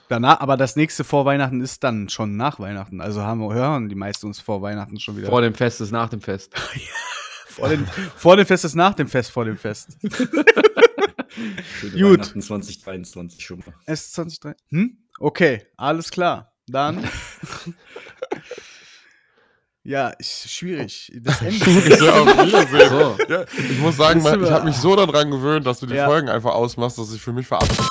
Danach, aber das nächste vor Weihnachten ist dann schon nach Weihnachten. Also haben wir, hören die meisten uns vor Weihnachten schon wieder. Vor dem Fest ist nach dem Fest. Vor dem, vor dem Fest ist nach dem Fest, vor dem Fest. Schöne Gut. Weihnachten 2023 schon mal. Es ist 23. Hm? Okay, alles klar. Dann. ja, ich, schwierig. Das Ende. Ja, auf Wiedersehen. So. Ja, ich muss sagen, Bist du ich mal- habe mich so daran gewöhnt, dass du die Ja. Folgen einfach ausmachst, dass ich für mich verabschiede.